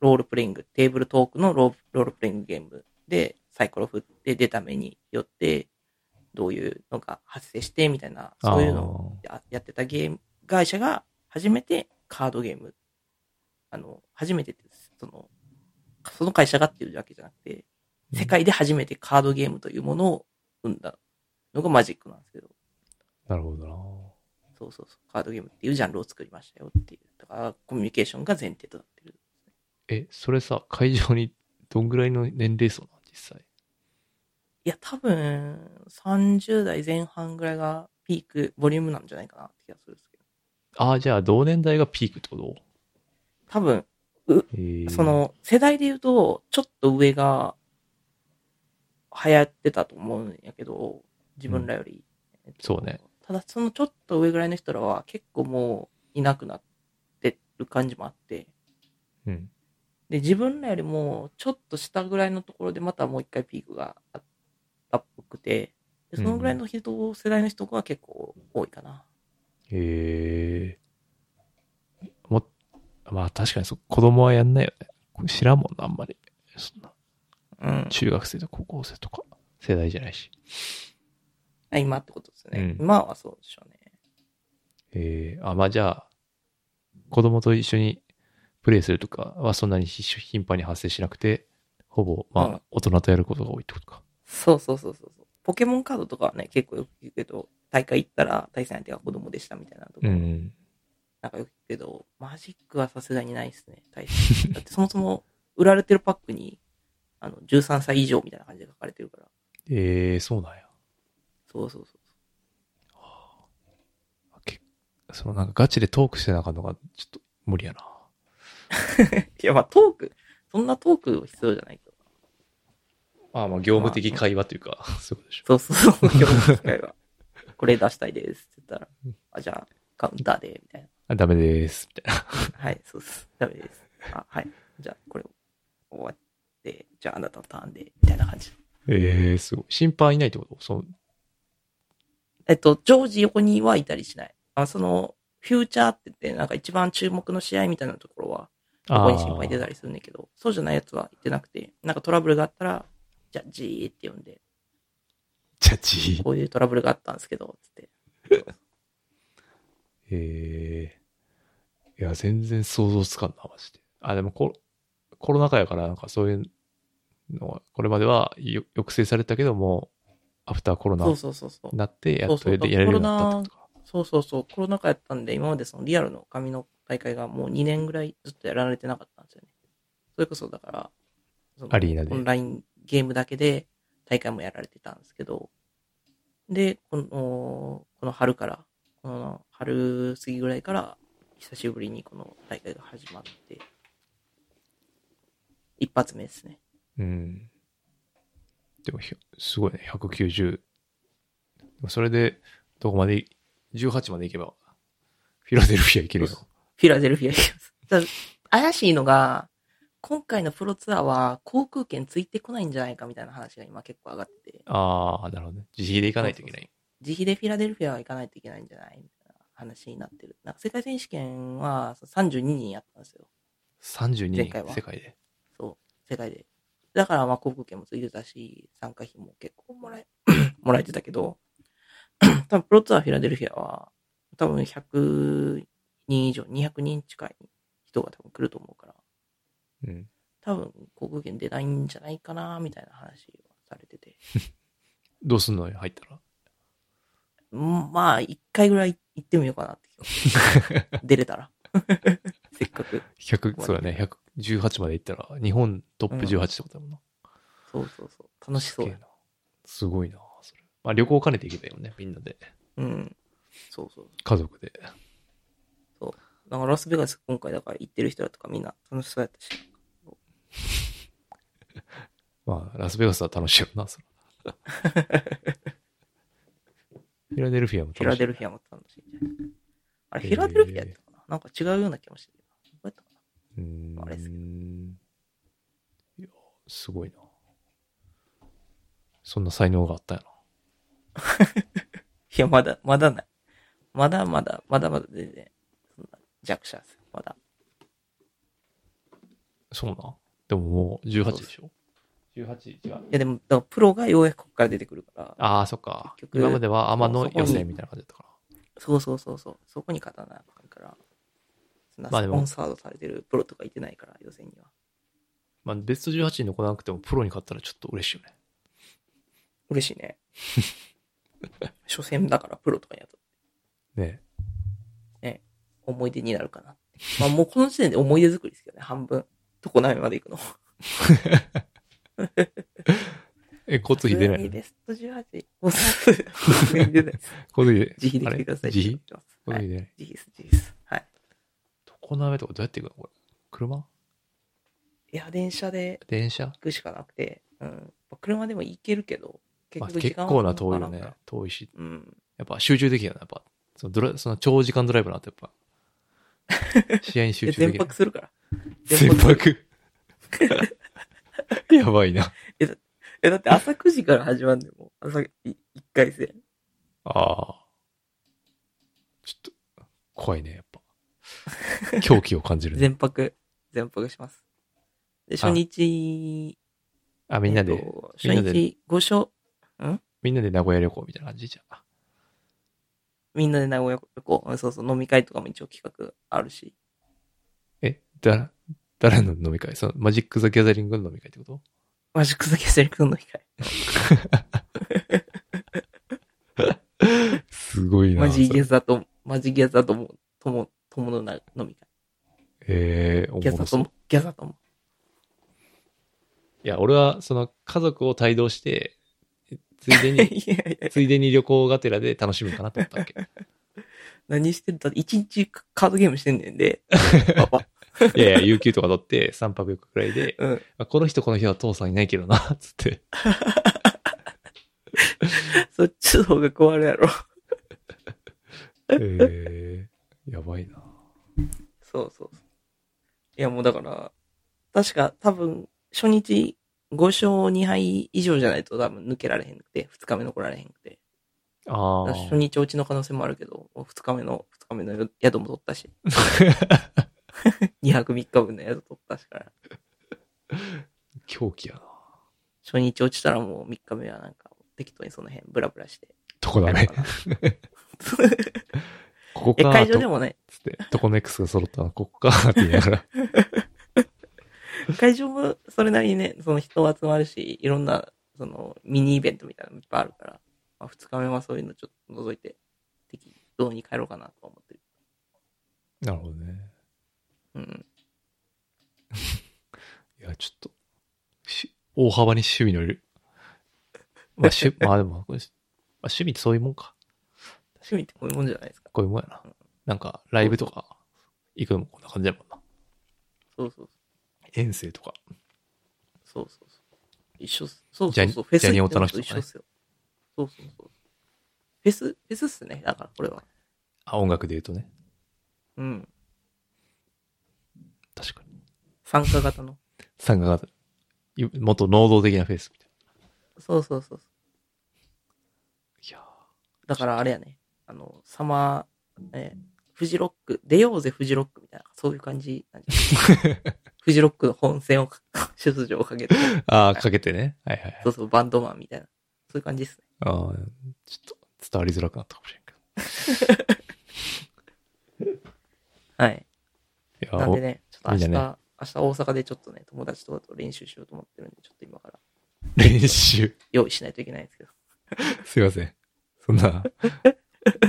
ロールプレイング、テーブルトークのローロールプレイングゲームで、サイコロ振って出た目によって、どういうのが発生して、みたいな、そういうのをややってたゲーム、会社が初めてカードゲーム。あの、初めてです。その、その会社がっていうわけじゃなくて、うん世界で初めてカードゲームというものを生んだのがマジックなんですけど。なるほどな。そうそうそう、カードゲームっていうジャンルを作りましたよっていう。だから、コミュニケーションが前提となってる。え、それさ、会場にどんぐらいの年齢層なの実際。いや、多分、30代前半ぐらいがピーク、ボリュームなんじゃないかなって気がするんですけど。ああ、じゃあ同年代がピークってこと多分、えーそ、の、世代で言うと、ちょっと上が、流行ってたと思うんやけど、自分らより。えっとそうね。ただ、そのちょっと上ぐらいの人らは結構もういなくなってる感じもあって。うん。で自分らよりもちょっと下ぐらいのところでまたもう一回ピークがあったっぽくてでそのぐらいの人、世代の人が結構多いかなええも、まあ確かにそう、子供はやんないよね。これ知らんもんな、あんまり。そんなうん中学生とか高校生とか、世代じゃないし。あ今ってことですね、うん今はそうでしょうねえー、あ、まあじゃあ、子供と一緒にプレイするとかはそんなにひ頻繁に発生しなくて、ほぼ、まうんあ、大人とやることが多いってことか。そうそうそうそうそう。ポケモンカードとかはね、結構よく聞くけど、大会行ったら対戦相手が子供でしたみたいなとこ、うん。なんかよく聞くけど、マジックはさすがにないですね、対 戦。だってそもそも売られてるパックに、あの、13歳以上みたいな感じで書かれてるから。えー、そうなんや。そうそうそう。けそのなんかガチでトークしてなあかんのが、ちょっと無理やな。いや、まあトーク、そんなトーク必要じゃないけど。あまあ、業務的会話というか、 そういうことでしょ。そうそうそう、今日の使いは。これ出したいですって言ったらうん、あ、じゃあ、カウンターで、みたいな。あダメです、みたいな。はい、そうです。ダメです。あ、はい。じゃあ、これを終わって、じゃあ、あなたのターンで、みたいな感じ。ええー、すごい。審判いないってことそう。えっと、常時横にはいたりしない。あその、フューチャーって言って、なんか一番注目の試合みたいなところは、ここに心配出たり。りするんだけど、そうじゃないやつは言ってなくて、なんかトラブルがあったら、じゃあ、じーって呼んで、チャチこういうトラブルがあったんですけど、つって。ええー。いや、全然想像つかんな、マジで。あ、でもコロ、コロナ禍やから、なんかそういうのは、これまではよ抑制されたけども、アフターコロナそうにそうそうそう。なって、やそっうそとうやれるようになったってことか。そうそうそう、コロナ禍やったんで、今までそのリアルの紙の大会がもう2年ぐらいずっとやられてなかったんですよね。それこそだから、そのアリーナでオンラインゲームだけで大会もやられてたんですけど、で、この、この春から、この春過ぎぐらいから、久しぶりにこの大会が始まって、一発目ですね。うん。でもひょ、すごいね、190。でもそれで、どこまでい、18まで行けば、フィラデルフィア行けるよそ。フィラデルフィア行きます。ただ怪しいのが、今回のプロツアーは航空券ついてこないんじゃないかみたいな話が今結構上がってて、ああ、なるほどね。自費で行かないといけない。自費でフィラデルフィアは行かないといけないんじゃないみたいな話になってる。なんか世界選手権はそう32人やったんですよ。前回32は人、世界で。そう、世界で。だからまあ航空券もついてたし、参加費も結構もらえ、 もらえてたけど、 多分プロツアーフィラデルフィアは、多分100人以上、200人近い人が多分来ると思うから、うん。多分航空券出ないんじゃないかなみたいな話をされてて、どうすんのよ、入ったら。うんまあ一回ぐらい行ってみようかなって気が出れたら せっかく100、そうだね、118まで行ったら、日本トップ18ってことだもんな。そうそうそう楽しそうすげえなすごいな、それ。まあ旅行兼ねて行けばいいよね、みんなで。うんそうそう家族で。だからラスベガス今回だから行ってる人だとかみんな楽しそうやったしまあ、ラスベガスは楽しいよな、 それ。フィラデルフィアも楽しフい。ィラデルフィアも楽しいあれへえフィラデルフィアやったかな、なんか違うような気もしてるどうやったかなうーんあれですけいや、すごいな。そんな才能があったよいやまだまだないまだまだまだまだ全然そんな弱者ですまだな。そうなん。でももう18でしょ ?18 違う。いやでもだからプロがようやくここから出てくるからああ、そっか。結局今までは天そのうそこ予に選みたいな感じだったかそうそうそうそう。そこに勝たなあかんから。そんなまあでスもポンサードされてるプロとかいてないから、予選には。ら。まあ、ベスト18に残らなくてもプロに勝ったらちょっと嬉しいよね。嬉しい ね。初戦だからプロとかにやったね思い出になるかな。まあもうこの時点で思い出作りですけどね、半分。常滑まで行くの。え。え、交通費出なさすがにいのベスト18。もうさすがに出ないです。交通費で。自費 であ来れてください。自費交通はい費出ない。自費です、自費です。はい。常滑とかどうやって行くのこれ。車いや、電車で電車行くしかなくて、うん。まあ車でも行けるけど、結まあ局時結間は構な遠いよかねかるから。遠いし。うん。やっぱ集中できるよね。やっぱ、そのドラその長時間ドライブなってや っぱ、試合に集で中で全きる泊。するから。全泊。 やばいな。え、だって朝9時から始まるんだよ、もう。朝、い一回戦。ああ。ちょっと、怖いね、やっ ぱ。狂気を感じるね。全泊、全泊します。で、あ初日、あ、みんなえっで、とみんなで初日、5勝、みんなで名古屋旅行みたいな感じじゃん。みんなで名古屋旅行、うんそうそう、飲み会とかも一応企画あるし。え、だ、誰の飲み会そのマジック・ザ・ギャザリングの飲み会ってことマジックザ・ギャザリングの飲み会。すごいな。マジそギれャザと、マジギャザとも、とも、とものな飲み会。えー、おギャもザろそとう。も、ギャザとも。いや、俺は、その、家族を帯同して、ついで いやに、いやいや、ついでに旅行がてらで楽しむかなと思ったわけ。何してんだって一日カードゲームしてんね んで。パパ。いやいや、有給とか取って3泊4日くらいで、うん。あこの人この日は父さんいないけどな、つって。そっちの方が困るやろ。えー、やばいな。そうそうそう。いやもうだから、確か多分、初日5勝2敗以上じゃないと多分抜けられへんくて、2日目残られへんくて。あだから初日落ちの可能性もあるけど、2日目の、2日目の宿も取ったし、あ。 2泊3日分の宿取ったしから、狂気やな。初日落ちたらもう3日目はなんか適当にその辺ブラブラして。とこだね。ここえ、か。会場でも。もね、つって、とこの X が揃ったの、ここか、って言いなが ら。会場もそれなりにね、その人集まるし、いろんな、その、ミニイベントみたいなのもいっぱいあるから、まあ、2日目はそういうのちょっと覗いて、適当に帰ろうかなとは思ってる。なるほどね。うん。いや、ちょっと、し大幅に趣味のる。 まあ、趣、まあでも、これまあ、趣味ってそういうもんか。趣味ってこういうもんじゃないですか。こういうもんやな。なんか、ライブとか、行くのもこんな感じやもんな。そうそう遠征とか。そう。そうそうそう。一緒っす。そうジそャうニそう。フェスジャニ行オっタてのの人と一とか緒ねっすよ。そうそうそう。フェス、フェスっすね。だからこれは。あ、音楽で言うとね。うん。確かに。参加型の。参加型。ゆもっと能動的なフェイスみたいそうそうそうそう。な。いやだからあれやね。あの、サマー、えーフジロック、出ようぜフジロックみたいな、そういう感じなんじゃ ないフジロックの本戦をか、出場をかけて、ーああ、かけてね。はいはいはい。そうそう、バンドマンみたいな、そういう感じですね。ああ、ちょっと伝わりづらくなったかもしれんけど。はい。いやーなんでね、ちょっと明いい日、んじゃな明日大阪でちょっとね、友達とかと練習しようと思ってるんで、ちょっと今から 練習。用意しないといけないんですけど。 すいません。そんな、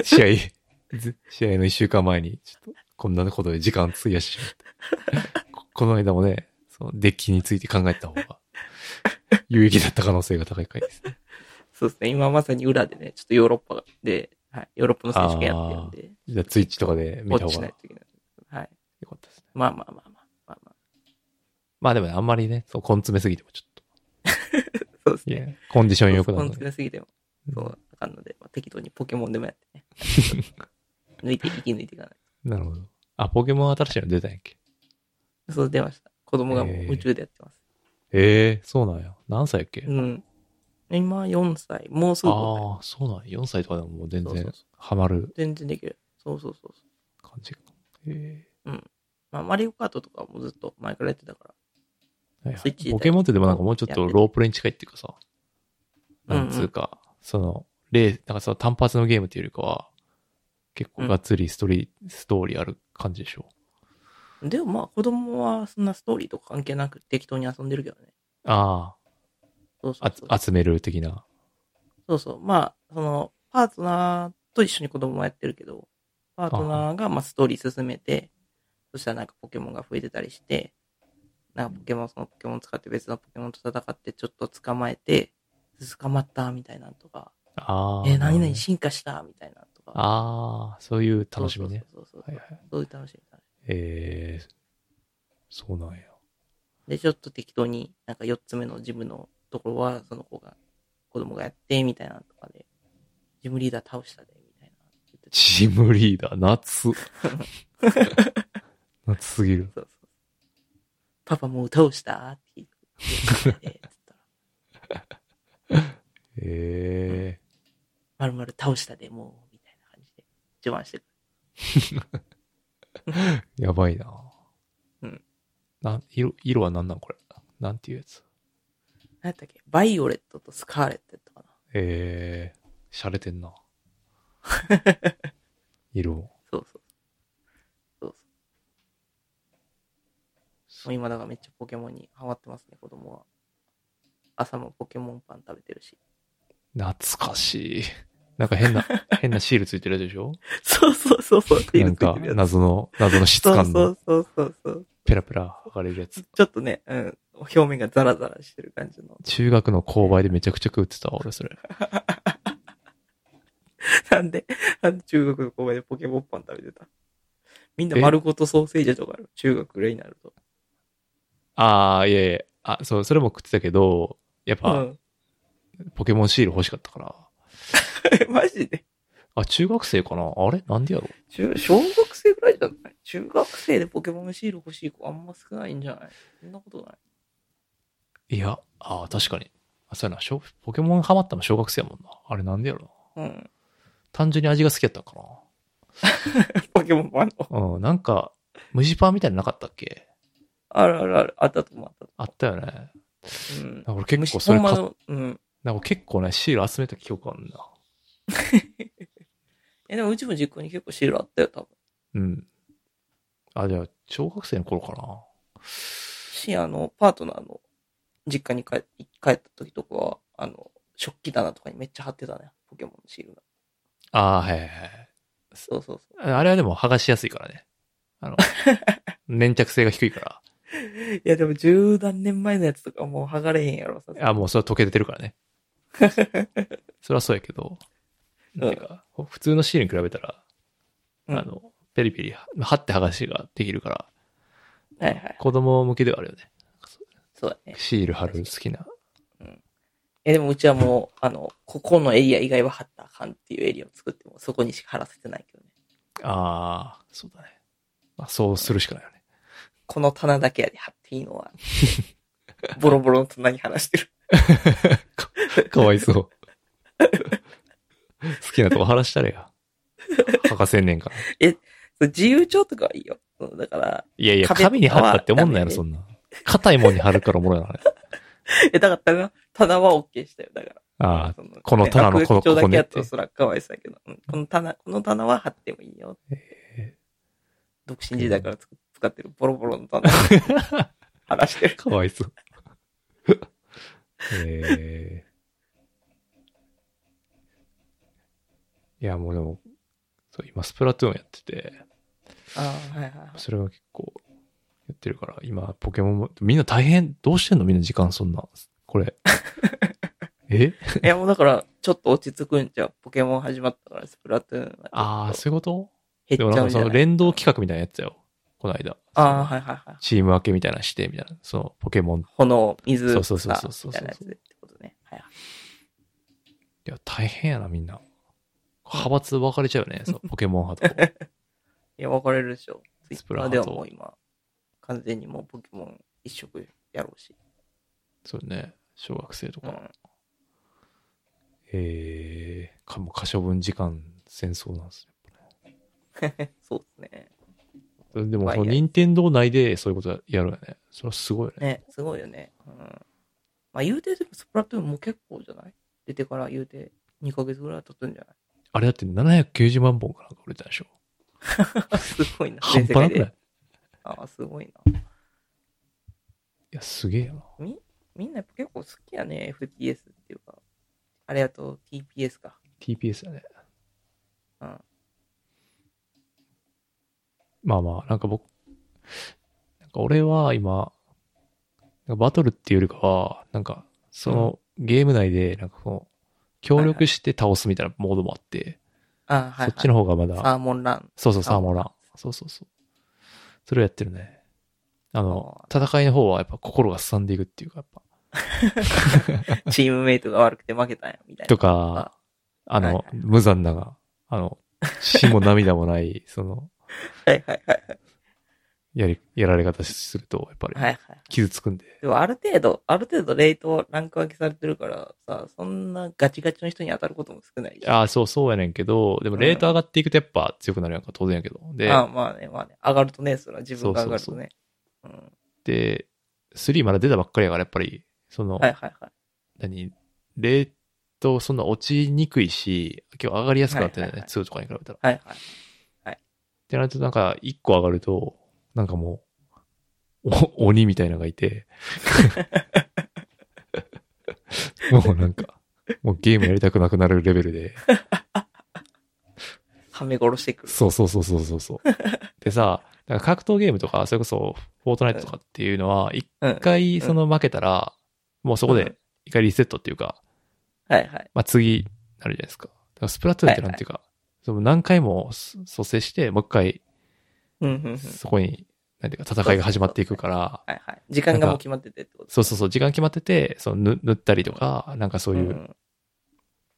試合、ず試合の一週間前に、ちょっと、こんなことで時間費やしてしまって。ここの間もね、そのデッキについて考えた方が、有益だった可能性が高い回ですね。そうですね、今まさに裏でね、ちょっとヨーロッパで、はい、ヨーロッパの選手権やってるんで、じゃあ、ツイッチとかでウォ見たッチ方しがないよといけない。はい。かったですね。まあまあまあまあ、まあまあ。まあでもね、あんまりね、そう、根詰めすぎてもちょっと、そうですいねや。、コンディション良くなコるンのつで。けすぎても、うんそう、あかんので、まあ、適当にポケモンでもやっ てね。抜いて、息抜いていかない。なるほど。あ、ポケモン新しいの出たんやっけそう、出ました。子供がもうえー宇宙でやってます。ええそうなんや。何歳やっけ、うん。今4歳、もうすぐ5歳。ああ、そうなんや。4歳とかでももう全そうそ然うそハマる全然できる。そうそうそうそう。感じか。えまあ、マリオカートとかもずっと前からやってたかえはいスイッチでポケモンってでもなんかもうちょっやとっててロープレに近いっていうかさ、うんうなんんつうか、その、例、なんかその単発のゲームっていうよりかは、結構がっつりストーリー、ストーリーある感じでしょ。ら。でもまあ、子供はそんなストーリーとか関係なく適当に遊んでるけどね。あそうそあうそう。あ、集める的な。そうそう。まあ、その、パートナーと一緒に子供はやってるけど、パートナーが、まあ、ストーリー進めて、そしたらなんかポケモンが増えてたりして、なんかポケモン、そのポケモン使って別のポケモンと戦って、ちょっと捕まえて、捕まった、みたいなのとか、ああ。えー、何なるほど々ね進化した、みたいなのとか。ああ、そういう楽しみね。そうそうそはいうそ。うはい。そういう楽しみ楽しええそうなんや。み。で、ちょっと適当になんか4つ目のジムのところは、その子が、子供がやって、みたいなのとかで、ジムリーダー倒したで、みたいな。言ってたチームリーダー、 夏。夏すぎる。そうそう。パパもう倒したって言って、 えーっつったら、ええまるまる倒したでもう、みたいな感じで、自慢してくやばいな。うん。な、色、色は何なんこれ。なんていうやつ。る。何やったっけバイオレットとスカーレットやったかな。 ええー、洒落てんな。色を。そうそう。そうそう。もう今だからめっちゃポケモンにハマってますね、子供は。朝もポケモンパン食べてるし。懐かしい。なんか変な、変なシールついてるやつでしょ そうそうそうそう。なんか謎の、謎の質感そのうそうそうそう。ペラペラ剥がれるやつ。ちょっとね、うん、表面がザラザラしてる感じの。中学の購買でめちゃくちゃ食ってたわ、俺それ。 なんで、なんで中学の公園でポケモンパン食べてたみんな丸ごとソーセージとかある中学ぐらいになると。ああ、いえいえ。あ、そう、それも食ってたけど、やっうぱん。ポケモンシール欲しかったから。 マジであ、中学生かなあれなんでやろう中小学生ぐらいじゃない中学生でポケモンシール欲しい子あんま少ないんじゃないそんなことない。いや、ああ、確かに。あ、そうやな。小ポケモンハマったの小学生やもんな。あれなんでやろな。うん。 単純に味が好きやったんかポケモンパンの。な。うん、なんか、蒸しパンみたいなのなかったっけあるあるある。あったと思うあったとあったよね。思う。うん。なんか俺結構虫それほんま買っの、うん。なんか結構ね、シール集めた記憶あるな。え、でもうちも実家に結構シールあったよ、多分。うん。あ、じゃあ、小学生の頃かな。し、あの、パートナーの実家に帰帰った時とかは、あの、食器棚とかにめっちゃ貼ってたね。ポケモンのシールが。ああ、はいはいはい。そうそうそう。あれはでも剥がしやすいからね。あ の、粘着性が低いから。いや、でも十何年前のやつとかもう剥がれへんやろ、さすがあ、もうそれは溶けてるから ね。それはそうやけど。うんてか、普通のシールに比べたら、うんあの、ペリペリ、貼って剥がしができるから、はいはい。子供向けではあるよね。そうだね。シール貼る好きな。え、でもうちはもう、あの、ここのエリア以外は貼ったらあかんっていうエリアを作っても、そこにしか貼らせてないけどね。ああ、そうだね。まあ、そうするしかないよね。 この棚だけやで貼っていいのは、ボロボロの棚に貼らしてる。かわいそう。 好きなとこ貼らしたらや。剥がせんねんから。そう自由帳とかはいいよ。そうだから、いやいや、壁紙に貼ったって思んないダメの、ねそんな。硬いもんに貼るからおもろいな、あれ。え、だから棚棚は OK したよ。だから。ああ、そのこの棚のねこの悪役帳だけやっここねとそらかわいそうやけど、うんこの棚、この棚は貼ってもいいよ。え独身時代からつく使ってるボロボロ の棚貼らしてる。かわいそう。 えーいや、もうでも、そう今、スプラトゥーンやってて、ああ、はいはいはい。それが結構やってるから、今、ポケモンも、みんな大変、どうしてんのみんな時間そんな、こ れ。えいや、もうだから、ちょっと落ち着くんじゃう、ポケモン始まったから、スプラトゥーンは。ああ、そういうこと減っでちもなんゃうかんじそゃのない連動企画みたいなやつだよ。この間。ああ、はいはいはい。チーム分けみたいなのして、みたいな。その、ポケモン。い炎、水、そうそうそうそう草みたいなやつでってことね。はいはい。や、大変やな、みんな。派閥分かれちゃうよね、 そう、ポケモン派と。いや、分かれるでしょ。ツイスップタラーハでとはもう今、完全にもうポケモン一色やろうし。そうね。小学生とうか。ん。えー、かもう可処分時間戦争なんですそうですね。よ。でも、はいそはの、い任天堂内でそういうことやるよね。それはすごいよね。ね、すごいよね。うん。まあ、言うて、でもスプラトゥーンも結構じゃない出てから言うて、2ヶ月ぐらい経つんじゃないあれだって790万本かなんか売れたでしょ。すごいな。半全世端な界くないでい。ああ、すごいな。や、すげえよな。みみんなやっぱ結構好きやね、FPS っていうか。あれやと TPS か。 TPS だね。うん。まあまあ、なんか僕、なんか俺は今、なんかバトルっていうよりかは、なんか、そのゲーム内で、なんかこの、協力して倒すみたいなモードもあって、あはい、はい。そっちの方がまだ、サーモンラン。そうそう、ササーーモモンンラン。そうそうそう。それをやってるね。あの、あ戦いの方はやっぱ心がすさんでいくっていうか、やっぱ、チームメイトが悪くて負けたんや、みたいな。とか、あはいのは、い無残なが、あの、死も涙もない、 その、はいはいはい。やり、やられ方すると、やっぱり、はいはい。傷つくんで。でもある程度、ある程度レートランク分けされてるからさ、そんなガチガチの人に当たることも少ないし。ああ、そう、そうやねんけど、でもうんレート上がっていくとやっぱ強くなるやんか、当然やけど。で、あまあね、まあね。上がるとね、それは自分が上がるとね。うんで、3まだ出たばっかりやから、やっぱり、その、はいはいはい。何、レートそんな落ちにくいし、今日上がりやすくなってんだよはね、いはい2とかに比べたら。はいはい。ってなると、なんか、一個上がると、なんかもう、お、鬼みたいなのがい て、もうなんか、もうゲームやりたくなくなるレベルで、はめ殺してくる。そうそうそうそうそうそう。でさ、だから格闘ゲームとか、それこそ、フォートナイトとかっていうのは、一うん。回その負けたら、もうそこうでん、一回リセットっていうか、はいはい。まあ次、なるじゃないですか。だからスプラトゥーンってなんていうか、その何回もそ蘇生して、もう一回、うんうんうん。そこに、なんていうか、戦いが始まっていくから、はいはい。時間がもう決まっててってことそうそうそう、時間決まってて、そのぬ塗ったりとか、なんかそういう、ん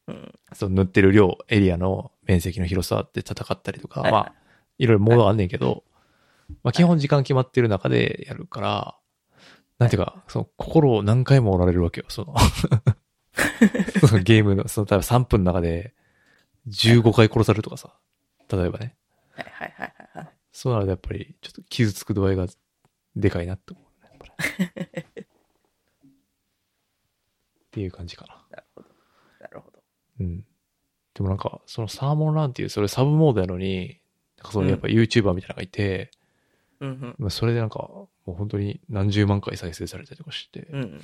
うん。その塗ってる量、エリアの面積の広さで戦ったりとか、はいまはいあ、いろいろものあんねんけど、まあ基本時間決まってる中でやるから、なんていうか、その心を何回も折られるわけよ、その。そのゲームの、その、例えば3分の中で15回殺されるとかさ、例えばね。はいはいはいはいはい。そうなるとやっぱり、ちょっと傷つく度合いがでかいなって思うね。やっぱりっていう感じかな。なるほど。なるほど。うん。でもなんか、そのサーモンランっていう、それサブモードやのに、なんかそうのんやっぱ YouTuber みたいなのがいて、うんうん。まあそれでなんか、もう本当に何十万回再生されたりとかしてう、んうんうん。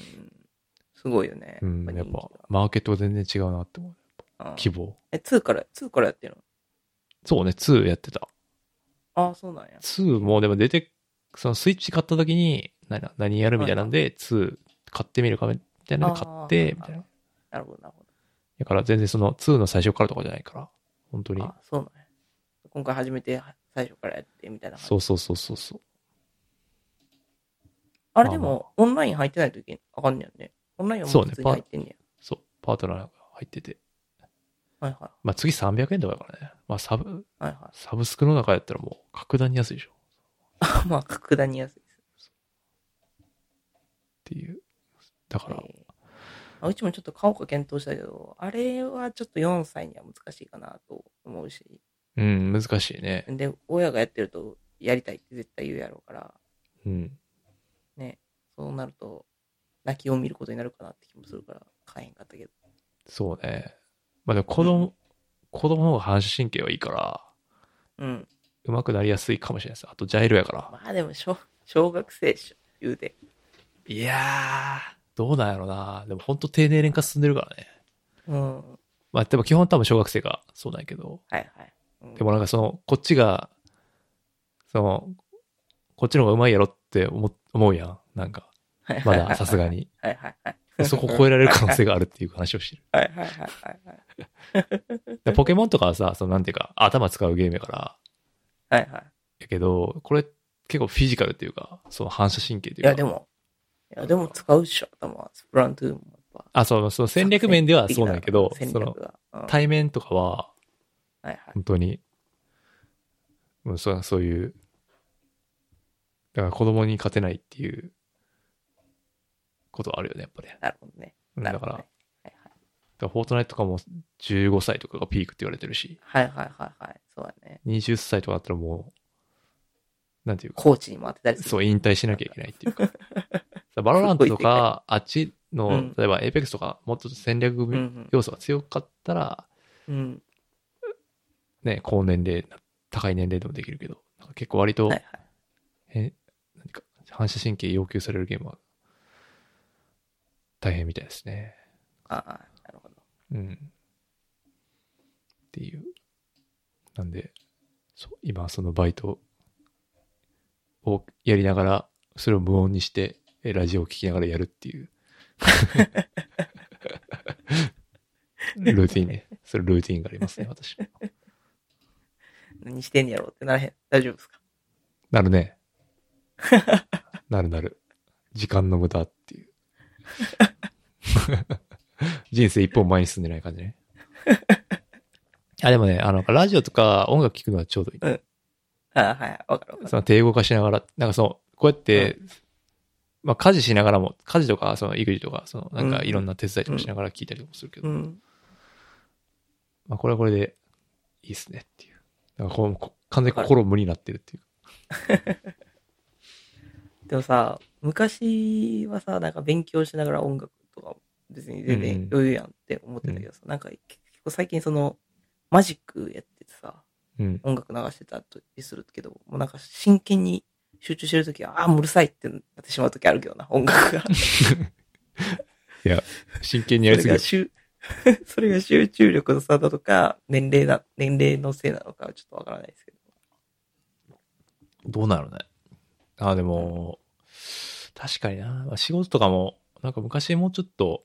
すごいよね。うん、やっぱ人気マーケットが全然違うなって思う。がうん規模。え、2から、2からやってるのそうね、2やってた。ああ、そうなんや。 2もでも出て、そのスイッチ買った時に何だ何やるみたいなんで、2買ってみるかみたいなので買っあてー、みたいな。なるほど、なるほだから全然その2の最初からとかじゃないから、本当にど。あ。そうなんや。今回初めて最初からやってみたいな感じ。そうそうそうそうそう。あれでまあも、オンライン入ってないときあかんねんね。オンラインはもう普通に入ってんねそう、パートナーが入ってて。や。はいはまあ次300円とかだからね。まあサブ、い。はいはサブスクの中やったらもう格段に安いでしょ。っい。 まあ、格段に安いです。ていう。だから、えーあうちもちょっと買おうか検討したけど、あれはちょっと4歳には難しいかなと思うし。うん、難しいね。で、親がやってると、やりたいって絶対言うやろうから、うん。ね、そうなると、泣きを見ることになるかなって気もするから、買えへんかったけど。そうね。まあでも子供、子供の方が反射神経はいいから、うん。上手くなりやすいかもしれないです。あとジャイロやから。まあでも、小小学生でしょ、言うて。いやー、どうなんやろな。でも本当低年齢化進んでるからね。うん。はまあでも基本多分小学生がそうなんやけど。いはい。うんでもなんかその、こっちが、その、こっちの方が上手いやろって思思うやん。なんか、まださすが。に。はいはいは い。そこ超えられる可能性があるっていう話をしてる。はいはいはいはいはい。だからポケモンとかはさ、そのなんていうか、頭使うゲームやから、はいはい。やけど、これ結構フィジカルっていうか、その反射神経といういか。やで。も、いやでも使うっしょ、頭は。スプラントゥーンもやっぱ。あ、そう、その戦略面ではそうなんやけど、戦その略が。うんはい対面とかは、はい。本当に、うん、そうそういう、だから子供に勝てないっていうことはあるよね、やっぱり。なるほどね。うんなだるから、ほどだねか。らフォートナイトとかも15歳とかがピークって言われてるし、はいはいはいはい。そうだね。 20歳とかだったらもう、なんていうか、コーチにも当てたりする。そう、引退しなきゃいけないっていう か。さバロラントとか、あっちうのん、例えばエイペックスとか、もっと戦うんう略ん。要素が強かったら、うん。ね、高年齢、高い年齢でもできるけど、なんか結構割と、はいはい。え、何か、反射神経要求されるゲームは、大変みたいですね。ああ、なるほど。うん。っていう。なんで、そう、今そのバイトをやりながら、それを無音にして、えラジオを聞きながらやるっていう。ルーティンね。それルーティンがありますね、私。何してんやろうってならへん。大丈夫ですかなるね。なるなる。時間の無駄っていう。人生一本前に進んでない感じね。あ、でもね、あの、ラジオとか音楽聴くのはちょうどいい。はいはい。わかるそわかる。の、定語化しながら、なんかその、こうやって、まあ、家事しながらも、家事とか、その、育児とか、その、なんかうんいろんな手伝いとかしながら聞いたりもするけど、うん。まあ、これはこれで、いいっすねっていう。なんかこう、こ完全に心無になってるっていうか。でもさ、昔はさ、なんか勉強しながら音楽とか別に全然余裕やんって思ってたけどさ、なんか結構最近そのマジックやっててさ、うん。音楽流してたりするけど、もうなんか真剣に集中してるときは、ああ、もううるさいってなってしまうときあるけどな、音楽が。真剣 にやりすそぎれがる。集 それが集中力の差だとか、年齢だ、年齢のせいなのかはちょっとわからないですけど。どうなるね。ああ、でも、確かにな。まあ仕事とかも、なんか昔もうちょっと、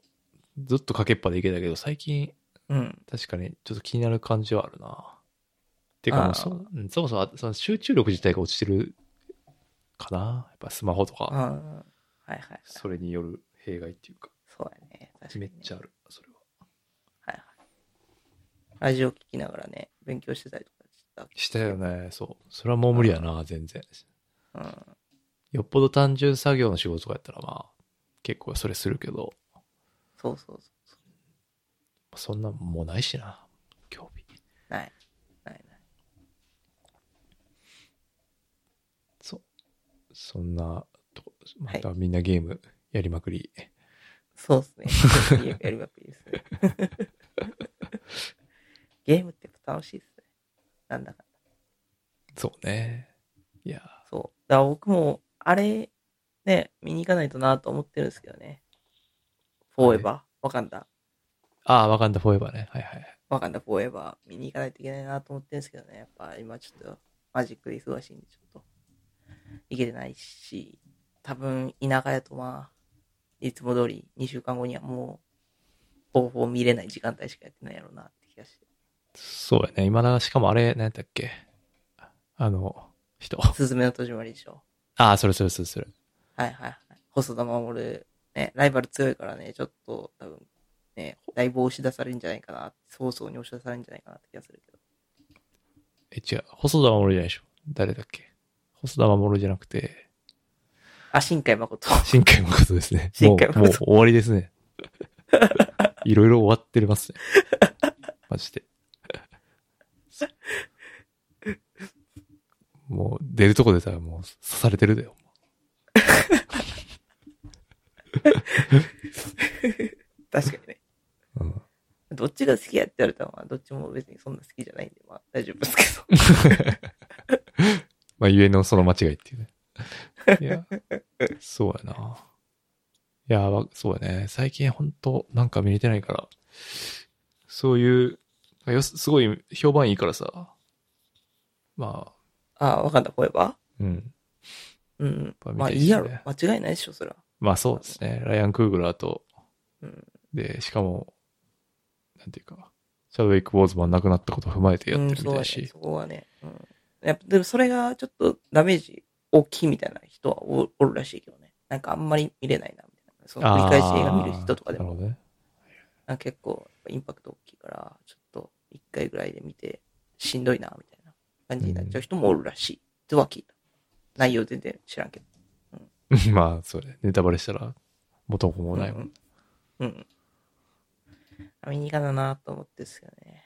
ずっとかけっぱでいけたけど、最近、うん。確かにちょっと気になる感じはあるな。てかあもあうそ、うんそもそもその集中力自体が落ちてるかな。やっぱスマホとああか、はいはいはい。それによる弊害っていうか、そうやね。確かにめねっちゃある、それは。はいはい。ラジオ聞きながらね、勉強してたりとかしたけどしたよね、そう。それはもう無理やな、全然。うん。よっぽど単純作業の仕事とかやったら、まあ、結構それするけど、そうそうそうそそんなんもうないしな、興味。う。ない。ないない。そう。そんなとこ、まはいたみんなゲームやりまくり。そう ですね。やりまくりですね。ゲームってやっぱ楽しいですね。なんだかんだ。そうね。いやそう。だから僕も、あれ、ね、見に行かないとなと思ってるんですけどね。フォーエバー、わかんだ。ー。ああ、わかんだ、フォーエバーね。はいはい。わかんだ、フォーエバー、見に行かないといけないなと思ってるんですけどね。やっぱ今ちょっと、マジックで忙しいんで、ちょっと、行けてないし、多分、田舎やとまあ、いつも通り、2週間後にはもう、方法見れない時間帯しかやってないやろうなって気がして。そうやね。今だ、しかもあれ、何やったっけ。あの、人。すずめの戸締まりでしょ。ああ、それそれそれそれ。はいはいはい。細田守、ね、ライバル強いからね、ちょっと多分、ね、だいぶ押し出されるんじゃないかな、早々に押し出されるんじゃないかなって気がするけど。え、違う。細田守じゃないでしょ。誰だっけ。細田守じゃなくて、あ、新海誠。新海誠ですね。新海誠もう、もう終わりですね。 いろいろ終わってますね。マジで。もう、出るとこでさ、もう、刺されてるだよ。確かにね。うん。 どっちが好きやって言われたら、まあ、どっちも別にそんな好きじゃないんで、まあ、大丈夫ですけど。 まあ、ゆえのその間違いっていうね。いや、そうやな。いや、わそうやね。最近ほんと、なんか見れてないから、そういう、よすごい評判いいからさ、まあ、あ、わかんない、フォーエバうん。ーうん。ぱ見まあ、たいいですねいやろ。間違いないでしょ、それは。まあそうですね。ライアン・クーグラーと、うんで、しかも、なんていうか、シャドウェイク・ボーズマン亡くなったことを踏まえてやってうん、るみたそういやだねし、そこはね。うん。やっぱ、でもそれがちょっとダメージ大きいみたいな人はおおるらしいけどね。なんかあんまり見れないな、みたいな。その繰り返し映画見る人とかであーもなるほどね。あ結構インパクト大きいから、ちょっと一回ぐらいで見てしんどいな、みたいな感じになっちゃう人もおるらしい。とは聞いた。内容全然知らんけど。 まあ、それ、ネタバレしたら、元も子もないもん。うんうん。うんあ見に行かななと思ってですよね。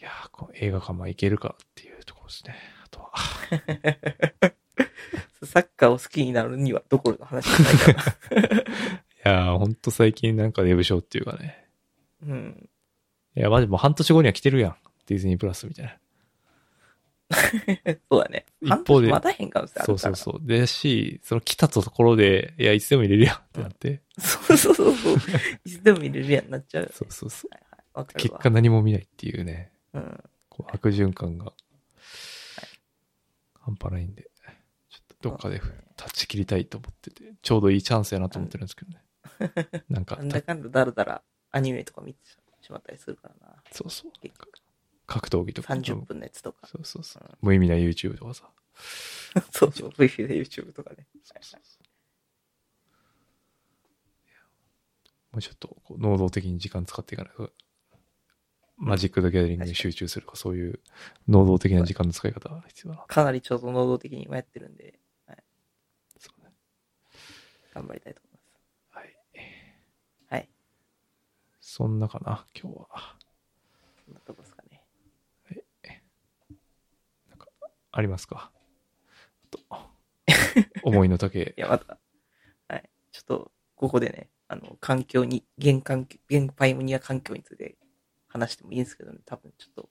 いやーこう映画館まあ行けるかっていうところですね。あとは、サッカーを好きになるにはどころの話じゃないからな。いやーほんと最近なんかデブ症っていうかね。うん。いや、まあでも半年後には来てるやん。ディズニープラスみたいな。そうだね。一方で半年待たへん可能性あるかそうら。そうそう。でし、その来たところで、いや、いつでも入れるやんってなって。そうそうそうそう。いつでも見れるやんなっちゃう。そうそうそう。はいはい。わかる結わ。果何も見ないっていうね。うん。こう悪循環が半端ないんで、ちょっとどっかでそうですね断ち切りたいと思ってて、ちょうどいいチャンスやなと思ってるんですけどね。 なんかな、んだかんだだらだらアニメとか見てしまったりするからな。そうそう。結局。格闘技とか。 30分のやつとか。そうそうそう。無意味な YouTube とかさ。そうそう、VF で YouTube とかね。そうそうそういやもうちょっとこう能動的に時間使っていかないと、マジック・ザ・ギャザリングに集中するとか、そういう能動的な時間の使い方が必要だな。かなりちょっと能動的に今やってるんで、そうね。頑張りたいと思います。はい。はい。そんなかな、今日は。そんなとこですかね。ありますか と思いの丈い。や、また、はい。ちょっと、ここでね、あの、環境に、現環境、現パイオニア環境について話してもいいんですけどね、多分ちょっと、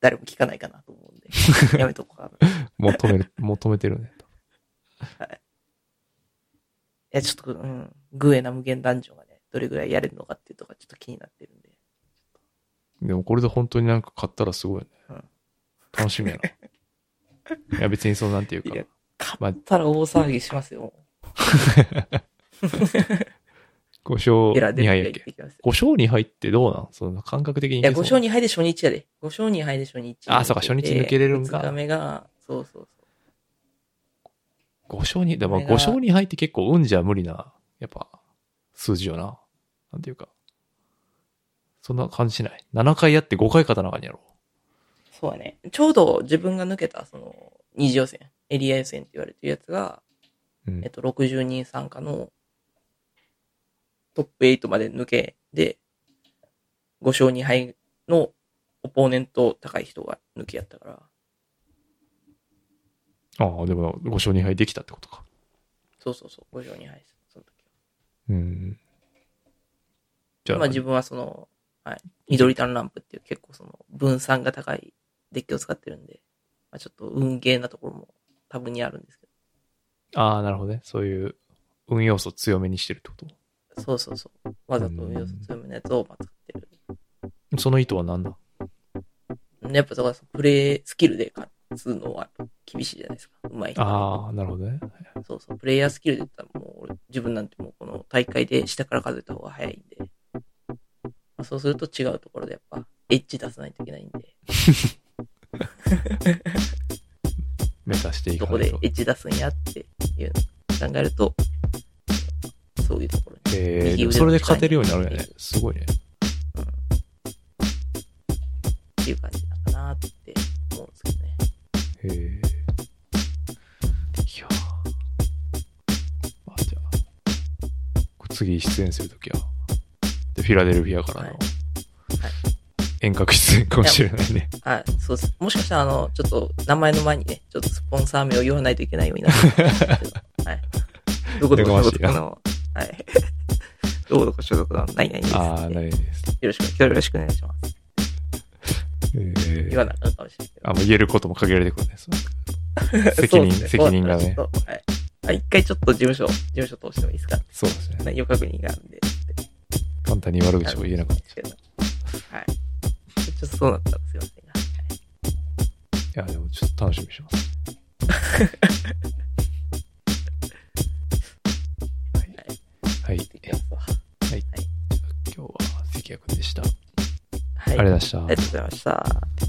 誰も聞かないかなと思うん で、やめとこうかな。い求める、求めてるね。や、ちょっと、うん、グエナ無限ダンジョンがね、どれぐらいやれるのかっていうとかちょっと気になってるんで。でもこれで本当になんか買ったらすごいね。うん楽しみやな。いや別にそうなんていうかいや。まあ買ったら大騒ぎしますよ。 5勝で2敗や行っっけ。てきますよ5勝2敗ってどうなんその感覚的にいいけや、そう。 5勝2敗で初日やで。5勝2敗で初日。あそうか初日抜けれるんか2日目が、そうそうそう。 5勝2、でもこれ5が勝2敗って結構運じゃ無理な、やっぱ、数字よな。なんていうか。そんな感じしない。7回やって5回勝たなあかんやろ。そうやね。ちょうど自分が抜けた、その、二次予選、エリア予選って言われてるやつが、うんえっと、60人参加のトップ8まで抜け、で、5勝2敗のオポーネント高い人が抜けやったから、ああ、でも5勝2敗できたってことか。そうそうそう、5勝2敗です。その時うん。じゃはあ、まあ自分はその、はい、緑タンランプっていう結構その分散が高いデッキを使ってるんで、まあちょっと運ゲーなところも多分にあるんですけああ、なるほどね。そういう運要素強めにしてるってこど、そうそうそう、わざと要素強めのやつをまあ使ってる。とその意図は何だやっぱだからそのプレイスキルで勝つのは厳しいじゃないですか。うまい人ああ、なるほどね。そうそう。プレイヤースキルで言ったらもう俺自分なんてもうこの大会で下から数えた方が早いんで。まあ、そうすると違うところでやっぱエッジ出さないといけないんで、目指していどかこなでいと。エッジ出すんやっていうのを考えると、そういうところに。えー、で右腕ものそれで勝てるようになるよね。すごいね。っていう感じなのかなって思うんですけどね。へえ。いやーまあじゃあ、次出演するときは、でフィラデルフィアからの、はい遠隔出演かもしれないね。あ、そうです。もしかしたらあの、ちょっと名前の前にね、ちょっとスポンサー名を言わないといけないようになってるんですけど、はい。どこどこ所属の、はい。 どこどこ所属の何々です。ああ、ないです。よろしく、よろしくお願いします。えー言わなあかんかもしれないけど。あもう言えることも限られてくるね。そう責そう任、ですね責任がねちょ。っとはい。あ、一回ちょっと事務所、事務所通してもいいですかそうですね。内容確認があるんで。簡単に悪口を言えなかった。いた。はい。ちょっとそうなったらすいませんが。はいや、でもちょっと楽しみにします。 はい。はい行。きますわ今日は関谷君でした。あはい。りがとうございましたありがとうございました。